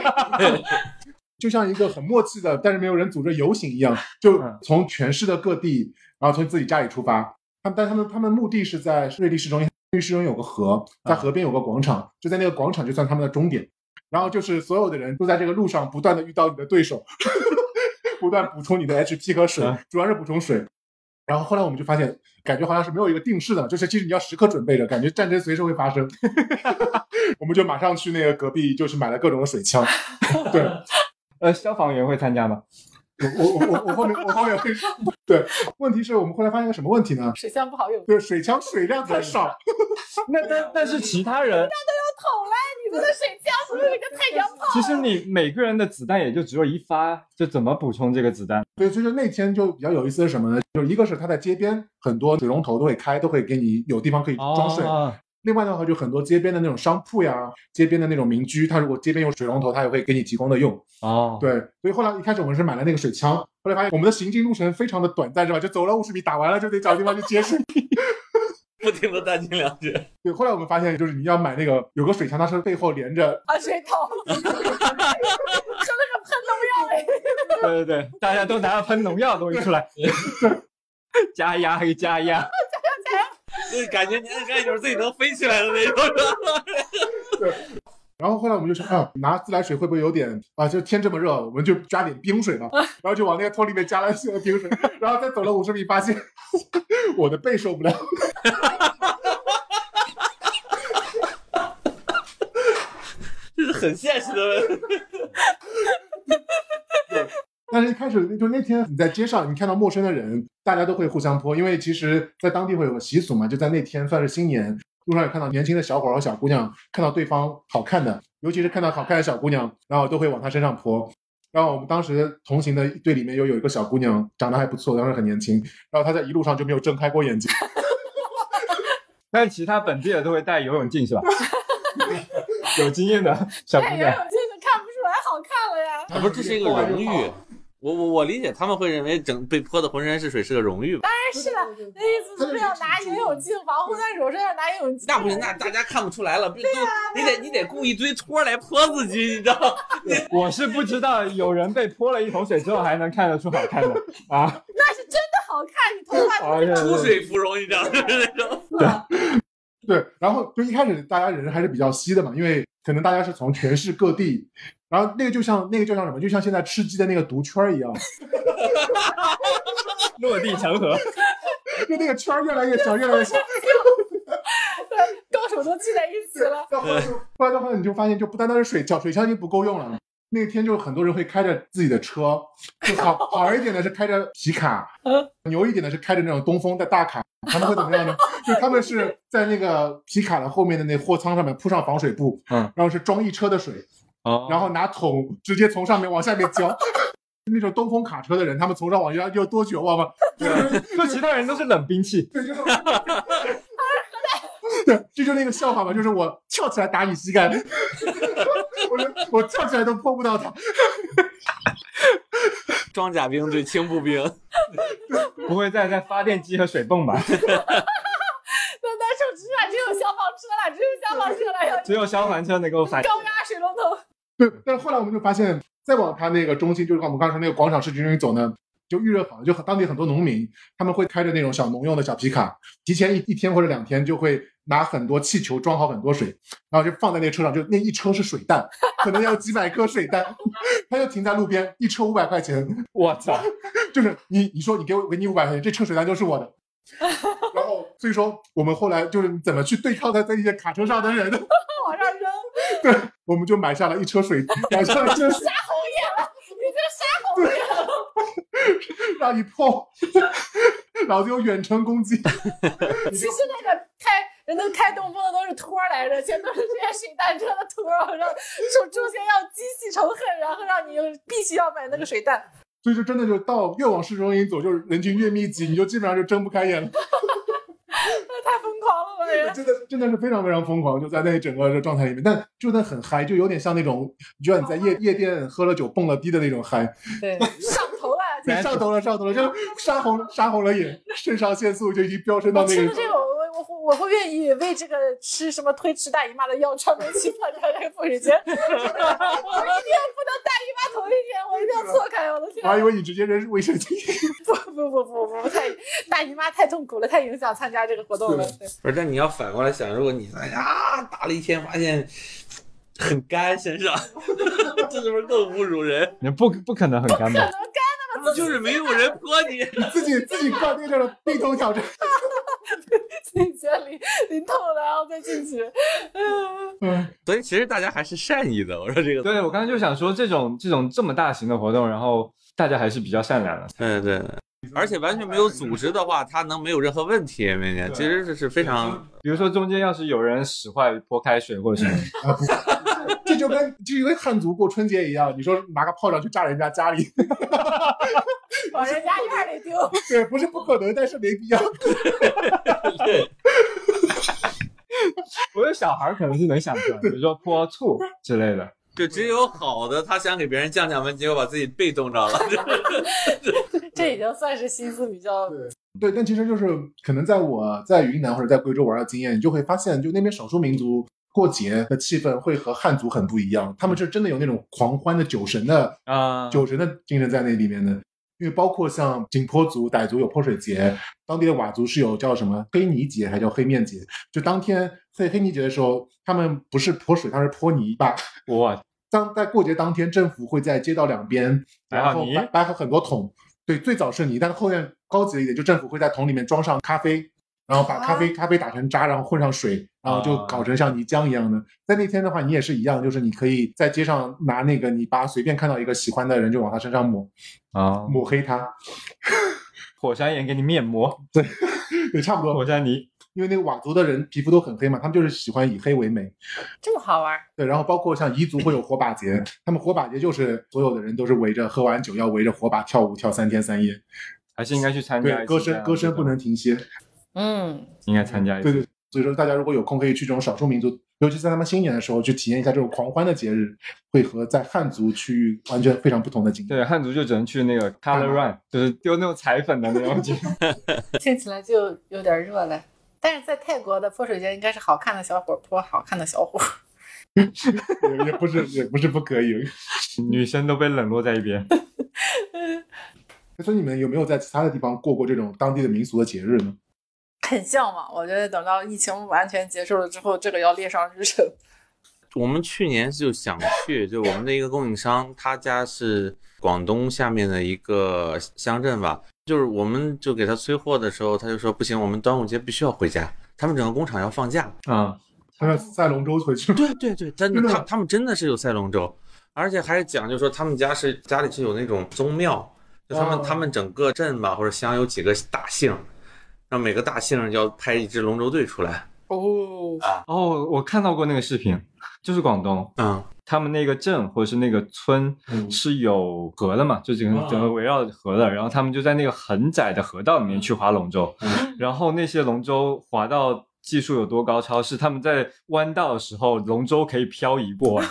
[SPEAKER 3] 就像一个很默契的，但是没有人组织游行一样，就
[SPEAKER 4] 嗯
[SPEAKER 3] 从全市的各地，然后从自己家里出发。他们，但他们他们目的是在瑞丽市中心，瑞丽市中心有个河，
[SPEAKER 4] 嗯
[SPEAKER 3] 在河边有个广场，就在那个广场就算他们的终点。然后就是所有的人都在这个路上不断的遇到你的对手， 不断补充你的 HP 和水
[SPEAKER 4] 嗯，
[SPEAKER 3] 主要是补充水。然后后来我们就发现，感觉好像是没有一个定式的，就是其实你要时刻准备着，感觉战争随时会发生。 我们就马上去那个隔壁，就是买了各种的水枪。对，
[SPEAKER 4] 呃，消防员会参加吗？
[SPEAKER 3] 我我我我后面我后面会说。对，问题是我们后来发现个什么问题呢？
[SPEAKER 5] 水箱不好用。
[SPEAKER 3] 就是水枪水量太少，
[SPEAKER 4] 那但但是其他人，
[SPEAKER 5] 桶嘞，你这个水枪不是个太阳
[SPEAKER 4] 其实你每个人的子弹也就只有一发，就怎么补充这个子弹？
[SPEAKER 3] 对，所以说那天就比较有意思是什么呢？就是一个是它在街边很多水龙头都会开，都会给你有地方可以装水。
[SPEAKER 4] 哦
[SPEAKER 3] 另外的话，就很多街边的那种商铺呀，街边的那种民居，它如果街边有水龙头，它也会给你提供的用。
[SPEAKER 4] 哦，
[SPEAKER 3] 对，所以后来一开始我们是买了那个水枪，后来发现我们的行进路程非常的短暂，是吧？就走了五十米，打完了就得找地方去接水。
[SPEAKER 6] 不停的弹尽粮绝，
[SPEAKER 3] 对，后来我们发现，就是你要买那个有个水枪，它是背后连着，
[SPEAKER 5] 啊，水桶，喝了个喷农药嘞。
[SPEAKER 4] 对对对，大家都拿着喷农药的东西出来， 加压黑加压，
[SPEAKER 6] 就是感觉你按个按钮自己能飞起来的那种。
[SPEAKER 3] 然后后来我们就说，啊，拿自来水会不会有点啊？就天这么热，我们就加点冰水吧，然后就往那个桶里面加了些冰水，然后再走了五十米，发现 我的背受不了，
[SPEAKER 6] 这是很现实的问题。
[SPEAKER 3] 但但是一开始就那天你在街上，你看到陌生的人，大家都会互相泼，因为其实，在当地会有个习俗嘛，就在那天算是新年，路上有看到年轻的小伙儿和小姑娘，看到对方好看的，尤其是看到好看的小姑娘，然后都会往她身上泼。然后我们当时同行的一队里面又有一个小姑娘，长得还不错，当时很年轻，然后她在一路上就没有睁开过眼睛。
[SPEAKER 4] 但是其他本地的都会带游泳镜是吧？ 有经验的小姑
[SPEAKER 5] 戴游
[SPEAKER 4] 娘，
[SPEAKER 5] 泳镜就看不出来好看了呀。
[SPEAKER 6] 啊，不是，这是一个荣誉。我我我理解他们会认为整被泼的浑身是水是个荣誉吧？
[SPEAKER 5] 但 是了，那意思就是要拿游泳镜防护在手上，要拿游泳镜。
[SPEAKER 6] 那不行，那大家看不出来了，不都你得你得雇一堆托儿来泼自己，你知道吗？
[SPEAKER 4] 我是不知道有人被泼了一桶水之后还能看得出好 看的啊！
[SPEAKER 5] 那是真的好看，你头发
[SPEAKER 4] 哎呀，
[SPEAKER 6] 出水芙蓉，你知道吗？ 就是那种。
[SPEAKER 3] 对，然后就一开始大家人还是比较稀的嘛，因为可能大家是从全市各地，然后那个就像那个就像什么，就像现在吃鸡的那个毒圈儿一样，
[SPEAKER 4] 落地成盒，
[SPEAKER 3] 就那个圈儿越来越小，越来越小。
[SPEAKER 5] 高手都聚在一起了。
[SPEAKER 3] 到后来就后来的话，你就发现就不单单是水饺，水枪已经不够用了。那天就很多人会开着自己的车，就好好一点的是开着皮卡，
[SPEAKER 4] 嗯
[SPEAKER 3] 牛一点的是开着那种东风的大卡。他们会怎么样呢？ 就他们是在那个皮卡的后面的那货仓上面铺上防水布，
[SPEAKER 4] 嗯，
[SPEAKER 3] 然后是装一车的水，
[SPEAKER 4] 哦
[SPEAKER 3] 然后拿桶直接从上面往下面浇。 那种东风卡车的人，他们从上往下又多绝望 吗？
[SPEAKER 4] 就其他人都是冷兵器，
[SPEAKER 3] 对，就是 对，这就是那个笑话嘛，就是我跳起来打你膝盖， 我就我跳起来都碰不到他。
[SPEAKER 6] 装甲兵对轻步兵，
[SPEAKER 4] 不会再在发电机和水泵吧？
[SPEAKER 5] 那难受之下只有消防车了，只有消防车了，要
[SPEAKER 4] 只有消防车能够反应。
[SPEAKER 5] 高压水龙头。
[SPEAKER 3] 对，但是后来我们就发现，再往他那个中心，就是我们刚才说那个广场市中心走呢，就预热好了，就很当地很多农民他们会开着那种小农用的小皮卡，提前一一天或者两天就会拿很多气球装好很多水，然后就放在那个车上，就那一车是水弹，可能要几百颗水弹， 他就停在路边，一车五百块钱，
[SPEAKER 4] 我操！
[SPEAKER 3] 就是你你说你给我给你五百块钱，这车水单就是我的。 然后所以说我们后来就是怎么去对抗他在一些卡车上的人，
[SPEAKER 5] 往上扔，
[SPEAKER 3] 我们就买下了一车水，买下了一车水，
[SPEAKER 5] 杀红眼了，你这杀红眼了，
[SPEAKER 3] 让你碰， 老子有远程攻击。
[SPEAKER 5] 其实那个开人都开东风的都是托儿来着，全都是这些水弹车的托儿，然后中中间要激起仇恨，然后让你必须要买那个水弹。
[SPEAKER 3] 所以说真的就到越往市中心走，就是人群越密集，你就基本上就睁不开眼了。
[SPEAKER 5] 那太疯狂了吧，人
[SPEAKER 3] 真的真的是非常非常疯狂，就在那整个的状态里面，但就的很嗨，就有点像那种你觉得你在夜夜店喝了酒蹦了迪的那种嗨。
[SPEAKER 5] 对上头了。
[SPEAKER 3] 对上头了，上头了，就杀红杀红了眼，肾上腺素就已经飙升到
[SPEAKER 5] 我
[SPEAKER 3] 那
[SPEAKER 5] 吃
[SPEAKER 3] 个
[SPEAKER 5] 了。哦这个，我我我我会愿意为这个吃什么推迟大姨妈的药专门去参加这个妇女节。 我一定不能大姨妈头一天，我一定要错开。我的天
[SPEAKER 3] 我！还以为你直接扔卫生巾。
[SPEAKER 5] 不不不不不不太大姨妈太痛苦了，太影响参加这个活动了。对
[SPEAKER 6] 不是，但你要反过来想，如果你哎呀打了一天，发现很干身上， 这是不是更侮辱人？
[SPEAKER 4] 你不不可能很干
[SPEAKER 5] 可
[SPEAKER 4] 吧？
[SPEAKER 5] 能干
[SPEAKER 6] 就是没有人泼你，
[SPEAKER 3] 你自己自己挂那个叫做被动挑战。
[SPEAKER 5] 自己觉得淋淋透了，然后再进去。嗯，
[SPEAKER 6] 所以其实大家还是善意的。我说这个，
[SPEAKER 4] 对，我刚才就想说，这种这种这么大型的活动，然后大家还是比较善良的。
[SPEAKER 6] 对对，而且完全没有组织的话，他能没有任何问题？明年其实这是非常
[SPEAKER 4] 比如说中间要是有人使坏泼开水或者 什么，
[SPEAKER 3] 啊，不，这就跟这就跟汉族过春节一样，你说拿个炮仗去炸人家家里，
[SPEAKER 5] 往人家院里丢。
[SPEAKER 3] 对，不是不可能，但是没必要。
[SPEAKER 6] 对，
[SPEAKER 4] 我有小孩儿可能是能想出来，比如说泼醋之类的。
[SPEAKER 6] 就只有好的，他想给别人降降温，结果把自己被冻着了。
[SPEAKER 5] 这已经算是心思比较
[SPEAKER 3] 对，但其实就是可能在我在云南或者在贵州玩的经验，你就会发现，就那边少数民族。过节的气氛会和汉族很不一样，他们是真的有那种狂欢的酒神的
[SPEAKER 4] 啊，
[SPEAKER 3] 酒神的精神在那里面的。因为包括像景颇族、傣族有泼水节，当地的佤族是有叫什么黑泥节，还叫黑面节。就当天在黑泥节的时候，他们不是泼水，他们是泼泥巴。
[SPEAKER 4] 我
[SPEAKER 3] 当在过节当天，政府会在街道两边
[SPEAKER 4] 摆
[SPEAKER 3] 然
[SPEAKER 4] 好
[SPEAKER 3] 后
[SPEAKER 4] 泥
[SPEAKER 3] 摆摆好很多桶。对，最早是泥，但是后面高级了一点，就政府会在桶里面装上咖啡，然后把咖啡、咖啡打成渣，然后混上水，然后就
[SPEAKER 4] 啊
[SPEAKER 3] 搞成像泥浆一样的。在那天的话，你也是一样，就是你可以在街上拿那个泥巴，随便看到一个喜欢的人就往他身上抹，
[SPEAKER 4] 啊，
[SPEAKER 3] 抹黑他，
[SPEAKER 4] 火山岩给你面膜，
[SPEAKER 3] 对，差不
[SPEAKER 4] 火
[SPEAKER 3] 多。
[SPEAKER 4] 山泥，
[SPEAKER 3] 因为那个佤族的人皮肤都很黑嘛，他们就是喜欢以黑为美。
[SPEAKER 5] 这么好玩儿，
[SPEAKER 3] 对，然后包括像彝族会有火把节，他们火把节就是所有的人都是围着喝完酒要围着火把跳舞跳三天三夜，
[SPEAKER 4] 还是应该去参加
[SPEAKER 3] 对，
[SPEAKER 4] 一次
[SPEAKER 3] 歌
[SPEAKER 4] 这
[SPEAKER 3] 声
[SPEAKER 4] 样
[SPEAKER 3] 歌
[SPEAKER 4] 的
[SPEAKER 3] 声
[SPEAKER 4] 活
[SPEAKER 3] 不
[SPEAKER 4] 动
[SPEAKER 3] 能停歇。
[SPEAKER 5] 嗯，
[SPEAKER 4] 应该参加一
[SPEAKER 3] 对
[SPEAKER 4] 次。
[SPEAKER 3] 对，所以说大家如果有空可以去这种少数民族，尤其在他们新年的时候去体验一下这种狂欢的节日，会和在汉族区域完全非常不同的景
[SPEAKER 4] 对，汉族就只能去那个 color
[SPEAKER 3] 干
[SPEAKER 4] run，就是丢那种彩粉的那种景。
[SPEAKER 5] 听起来就有点热了。但是在泰国的泼水节应该是好看的小伙泼好看的小伙，
[SPEAKER 3] 也也不是也不是不可以。
[SPEAKER 4] 女生都被冷落在一边。
[SPEAKER 3] 所以你们有没有在其他的地方过过这种当地的民俗的节日呢？
[SPEAKER 5] 很像嘛。我觉得等到疫情完全结束了之后，这个要列上日程。
[SPEAKER 6] 我们去年就想去，就我们的一个供应商，他家是广东下面的一个乡镇吧，就是我们就给他催货的时候，他就说不行，我们端午节必须要回家，他们整个工厂要放假。
[SPEAKER 4] 啊，
[SPEAKER 3] 他们赛龙舟回去，
[SPEAKER 6] 对对对，真的，
[SPEAKER 3] 真的
[SPEAKER 6] 他他们真的是有赛龙舟，而且还是讲，就是说他们家是家里是有那种宗庙，就他们、
[SPEAKER 3] 哦
[SPEAKER 6] 他们整个镇吧或者乡有几个大姓，让每个大姓要派一支龙舟队出来。
[SPEAKER 5] 哦，
[SPEAKER 4] 哦，我看到过那个视频，就是广东
[SPEAKER 6] 嗯，
[SPEAKER 4] 他们那个镇或者是那个村
[SPEAKER 3] 嗯
[SPEAKER 4] 是有河的嘛，就整个
[SPEAKER 3] 啊
[SPEAKER 4] 整个围绕着河的，然后他们就在那个很窄的河道里面去划龙舟，然后那些龙舟划到。技术有多高超？是他们在弯道的时候，龙舟可以漂移过来。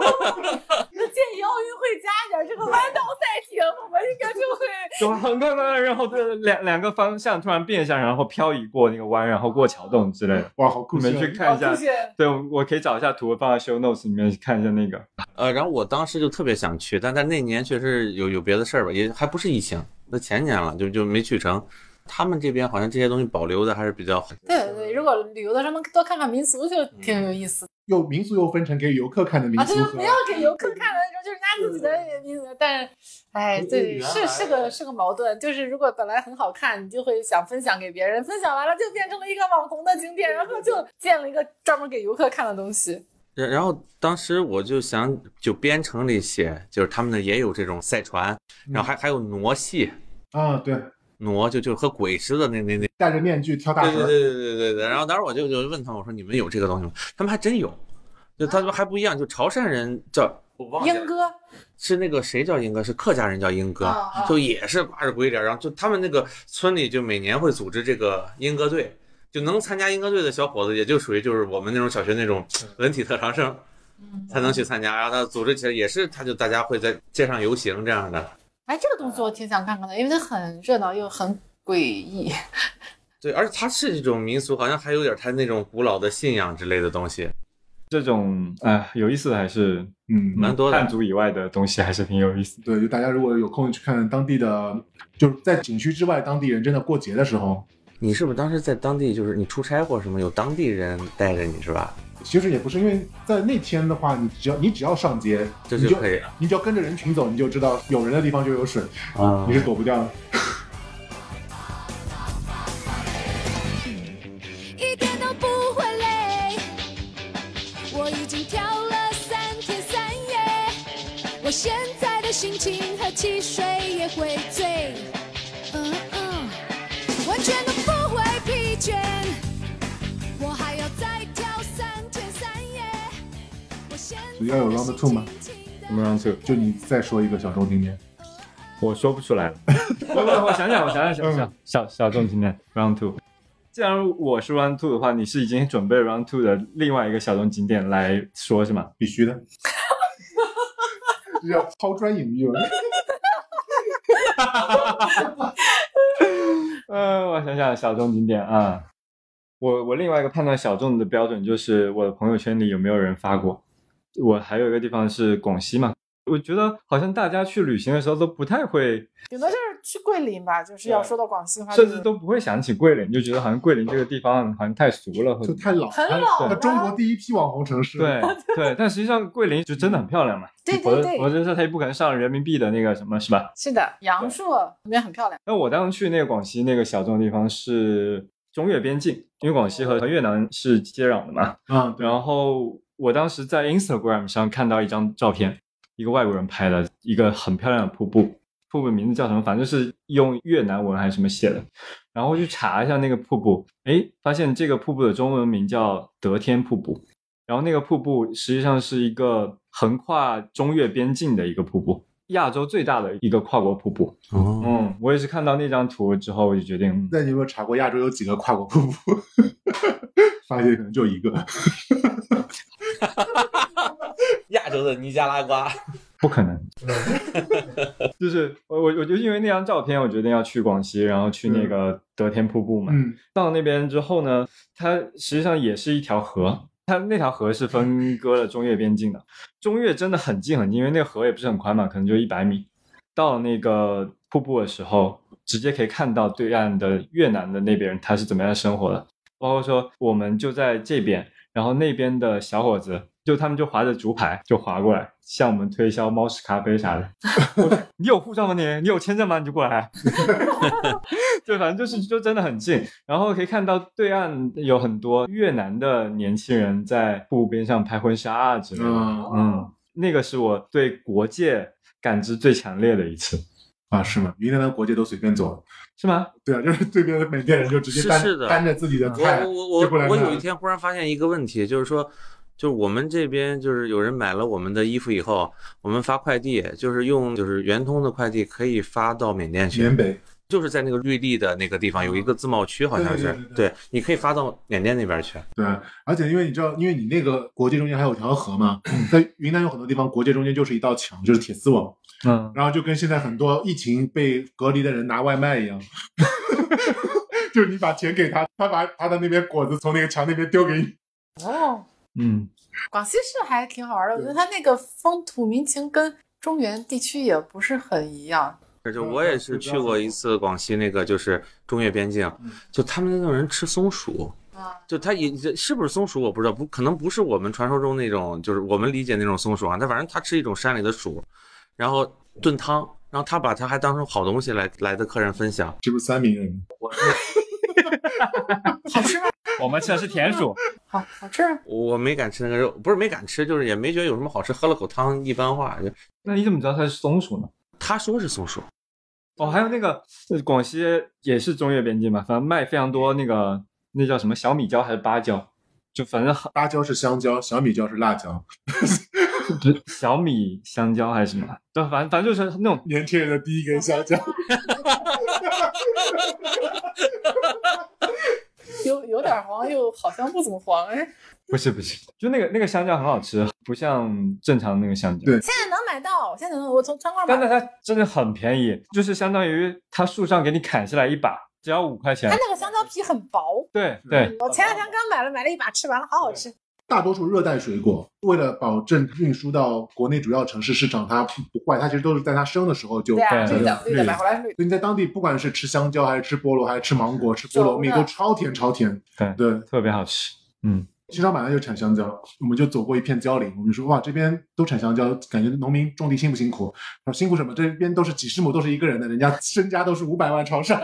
[SPEAKER 5] 那建议奥运会加一点这个弯道赛艇， 我们应该就会
[SPEAKER 4] 就很快快，然后这两两个方向突然变向，然后漂移过那个弯，然后过桥洞之类的。
[SPEAKER 3] 哇，好
[SPEAKER 4] 你
[SPEAKER 3] 酷炫啊
[SPEAKER 4] 们去！看一下
[SPEAKER 5] 好，出现
[SPEAKER 4] 对，我我可以找一下图，放在 show notes 里面看一下那个。
[SPEAKER 6] 呃，然后我当时就特别想去，但但那年确实有有别的事儿吧，也还不是疫情，那前年了，就就没去成。他们这边好像这些东西保留的还是比较好。
[SPEAKER 5] 对对对，如果旅游的时候能多看看民俗，就挺有意思的、
[SPEAKER 3] 又民俗又分成给游客看的民
[SPEAKER 5] 啊。
[SPEAKER 3] 俗
[SPEAKER 5] 就是
[SPEAKER 3] 和
[SPEAKER 5] 不要给游客看的那种，就是拿自己的民俗。但是，哎，对，是是个是个矛盾。就是如果本来很好看，你就会想分享给别人，分享完了就变成了一个网红的景点，然后就建了一个专门给游客看的东西。
[SPEAKER 6] 然然后当时我就想，就编程里写，就是他们那也有这种赛船，然后还还有傩戏，
[SPEAKER 3] 啊，对，
[SPEAKER 6] 傩就就和鬼似的那那那。
[SPEAKER 3] 戴着面具跳大
[SPEAKER 6] 对
[SPEAKER 3] 河，
[SPEAKER 6] 对对对对对对。然后当时我就就问他们，我说你们有这个东西吗？他们还真有，就他们还不一样，就潮汕人叫我忘记了
[SPEAKER 5] 英哥，
[SPEAKER 6] 是那个谁叫英哥，是客家人叫英哥，
[SPEAKER 5] 啊啊
[SPEAKER 6] 就也是八十鬼脸，然后就他们那个村里就每年会组织这个英歌队，就能参加英歌队的小伙子，也就属于就是我们那种小学那种
[SPEAKER 3] 嗯
[SPEAKER 6] 文体特长生，才能去参加。然后他组织起来也是，他就大家会在街上游行这样的。
[SPEAKER 5] 哎，这个东西我挺想看看的，因为它很热闹又很诡异。
[SPEAKER 6] 对，而且它是一种民俗，好像还有点他那种古老的信仰之类的东西。
[SPEAKER 4] 这种啊、哎有意思的还是
[SPEAKER 3] 嗯，
[SPEAKER 6] 蛮多的
[SPEAKER 4] 汉族以外的东西还是挺有意思的。
[SPEAKER 3] 对，就大家如果有空去看当地的，就是在景区之外，当地人真的过节的时候，
[SPEAKER 6] 你是不是当时在当地就是你出差或什么，有当地人带着你是吧？
[SPEAKER 3] 其实也不是，因为在那天的话，你只要你只要上街，
[SPEAKER 6] 这
[SPEAKER 3] 你
[SPEAKER 6] 就
[SPEAKER 3] 就
[SPEAKER 6] 可以了
[SPEAKER 3] 你只要跟着人群走，你就知道有人的地方就有水，
[SPEAKER 6] 啊
[SPEAKER 3] 你是躲不掉的。
[SPEAKER 9] 一点都不会累。我已经跳了三天三夜，我现在的心情和汽水也会醉，嗯嗯，完全都不会疲倦。我还要再跳三天三夜。我现在
[SPEAKER 3] 要有 round two 吗
[SPEAKER 9] 的心情的
[SPEAKER 4] 什么 round two？
[SPEAKER 3] 就你再说一个小众景点，
[SPEAKER 4] 我说不出来了。我 我我想想，我想想，想想，小小众今天 round two。既然我是 round two 的话，你是已经准备 round two 的另外一个小众景点来说是吗？
[SPEAKER 3] 必须的， 这叫抛砖引玉了。
[SPEAKER 4] 呃，我想想，小众景点啊，我我另外一个判断小众的标准就是我的朋友圈里有没有人发过。我还有一个地方是广西嘛，我觉得好像大家去旅行的时候都不太会，
[SPEAKER 5] 顶多就是去桂林吧，就是要
[SPEAKER 4] 对
[SPEAKER 5] 说到广西话，
[SPEAKER 4] 甚至都不会想起桂林，就觉得好像桂林这个地方好像太俗了，或者
[SPEAKER 3] 就太老，
[SPEAKER 5] 很老啊
[SPEAKER 3] 它
[SPEAKER 5] 了
[SPEAKER 3] 中国第一批网红城 市。，
[SPEAKER 4] 对对，但实际上桂林就真的很漂亮嘛。
[SPEAKER 5] 对对
[SPEAKER 4] 我
[SPEAKER 5] 对
[SPEAKER 4] 我真是它也不可能上人民币的那个什么，是吧？
[SPEAKER 5] 是的，杨树那边很漂亮。
[SPEAKER 4] 那我当时去那个广西那个小众地方是中越边境，因为广西和和越南是接壤的嘛。
[SPEAKER 3] 嗯，对，
[SPEAKER 4] 然后我当时在 Instagram 上看到一张照片，一个外国人拍的一个很漂亮的瀑布，瀑布名字叫什么？反正是用越南文还是什么写的。然后去查一下那个瀑布，哎，发现这个瀑布的中文名叫德天瀑布。然后那个瀑布实际上是一个横跨中越边境的一个瀑布，亚洲最大的一个跨国瀑布。
[SPEAKER 6] 哦，
[SPEAKER 4] 嗯，我也是看到那张图之后，我就决定嗯
[SPEAKER 3] 那你有没有查过亚洲有几个跨国瀑布？ 发现可能就一个。
[SPEAKER 6] 亚洲的尼加拉瓜，
[SPEAKER 4] 不可能， 就是我我我就因为那张照片，我决定要去广西，然后去那个德天瀑布嘛。
[SPEAKER 3] 嗯，
[SPEAKER 4] 到那边之后呢，它实际上也是一条河，它那条河是分割了中越边境的。中越真的很近很近，因为那个河也不是很宽嘛，可能就一百米。到了那个瀑布的时候，直接可以看到对岸的越南的那边人他是怎么样生活的，包括说我们就在这边，然后那边的小伙子。就他们就划着竹排就划过来，向我们推销猫屎咖啡啥的。 我说你有护照吗你？你有签证吗？你就过来。 对，反正就是就真的很近。然后可以看到对岸有很多越南的年轻人在瀑布边上拍婚纱啊之类的。
[SPEAKER 3] 嗯
[SPEAKER 4] 嗯，那个是我对国界感知最强烈的一次，
[SPEAKER 3] 啊，是吗？云南的国界都随便走，
[SPEAKER 4] 是吗？
[SPEAKER 3] 对啊，就是对面的缅甸人就直接
[SPEAKER 6] 是
[SPEAKER 3] 担
[SPEAKER 6] 是的
[SPEAKER 3] 担着自己的
[SPEAKER 6] 我
[SPEAKER 3] 菜
[SPEAKER 6] 我
[SPEAKER 3] 就过来
[SPEAKER 6] 我我
[SPEAKER 3] 卖
[SPEAKER 6] 有一天忽然发现一个问题，就是说，就是我们这边就是有人买了我们的衣服以后，我们发快递，就是用就是圆通的快递可以发到缅甸去，
[SPEAKER 3] 缅北，
[SPEAKER 6] 就是在那个绿地的那个地方有一个自贸区，好像是
[SPEAKER 3] 对对对对
[SPEAKER 6] 对，你可以发到缅甸那边去。
[SPEAKER 3] 对，啊而且因为你知道，因为你那个国界中间还有条河嘛，在云南有很多地方国界中间就是一道墙，就是铁丝网，
[SPEAKER 4] 嗯，
[SPEAKER 3] 然后就跟现在很多疫情被隔离的人拿外卖一样， 就是你把钱给他，他把他的那边果子从那个墙那边丢给你。
[SPEAKER 5] 哦，
[SPEAKER 4] 嗯，
[SPEAKER 5] 广西是还挺好玩的，我
[SPEAKER 3] 对
[SPEAKER 5] 觉得它那个风土民情跟中原地区也不是很一样。
[SPEAKER 3] 嗯
[SPEAKER 6] 而且我也是去过一次广西那个就是中越边境，
[SPEAKER 3] 嗯
[SPEAKER 6] 就他们那种人吃松鼠。
[SPEAKER 5] 啊，
[SPEAKER 6] 就它也是不是松鼠我不知道，不可能不是我们传说中那种，就是我们理解那种松鼠啊。它反正它吃一种山里的鼠，然后炖汤，然后他把它还当成好东西来来的客人分享。
[SPEAKER 3] 是不是三明人？
[SPEAKER 5] 好吃吗？
[SPEAKER 4] 我们吃的是田鼠，
[SPEAKER 5] 好好吃啊吗？
[SPEAKER 6] 我没敢吃那个肉，不是没敢吃，就是也没觉得有什么好吃，喝了口汤一般化。就
[SPEAKER 4] 那你怎么知道它是松鼠呢？
[SPEAKER 6] 他说是松鼠，
[SPEAKER 4] 哦，还有那个呃广西也是中越边境嘛，反正卖非常多那个那叫什么小米椒还是芭蕉，就反正很
[SPEAKER 3] 芭蕉是香蕉，小米椒是辣椒，
[SPEAKER 4] 不是小米香蕉还是什么，对，反正反正就是那种
[SPEAKER 3] 年轻人的第一根香蕉。
[SPEAKER 5] 有有点黄，又好像不怎么黄。哎，
[SPEAKER 4] 不是不是，就那个那个香蕉很好吃，不像正常那个香蕉，
[SPEAKER 3] 对
[SPEAKER 5] 现在能买到，现在能，我从餐馆买
[SPEAKER 4] 但。是它真的很便宜，就是相当于它树上给你砍下来一把，只要五块钱
[SPEAKER 5] 它。那个香蕉皮很薄，
[SPEAKER 4] 对对，
[SPEAKER 5] 我前两天刚买了，买了一把，吃完了，好好吃。
[SPEAKER 3] 大多数热带水果，为了保证运输到国内主要城市市场它不坏，它其实都是在它生的时候就。
[SPEAKER 5] 对啊，
[SPEAKER 4] 对
[SPEAKER 5] 绿的
[SPEAKER 4] 对
[SPEAKER 5] 绿的买回来是绿的。
[SPEAKER 3] 所以你在当地不管是吃香蕉还是吃菠萝还是吃芒果吃菠萝蜜
[SPEAKER 5] 熟的
[SPEAKER 3] 都超甜超甜。
[SPEAKER 4] 对
[SPEAKER 3] 对，
[SPEAKER 4] 特别好吃。嗯，
[SPEAKER 3] 西双版纳就产香蕉，我们就走过一片蕉林，我们就说哇这边都产香蕉，感觉农民种地辛不辛苦？他说辛苦什么？这边都是几十亩都是一个人的，人家身家都是五百万朝上。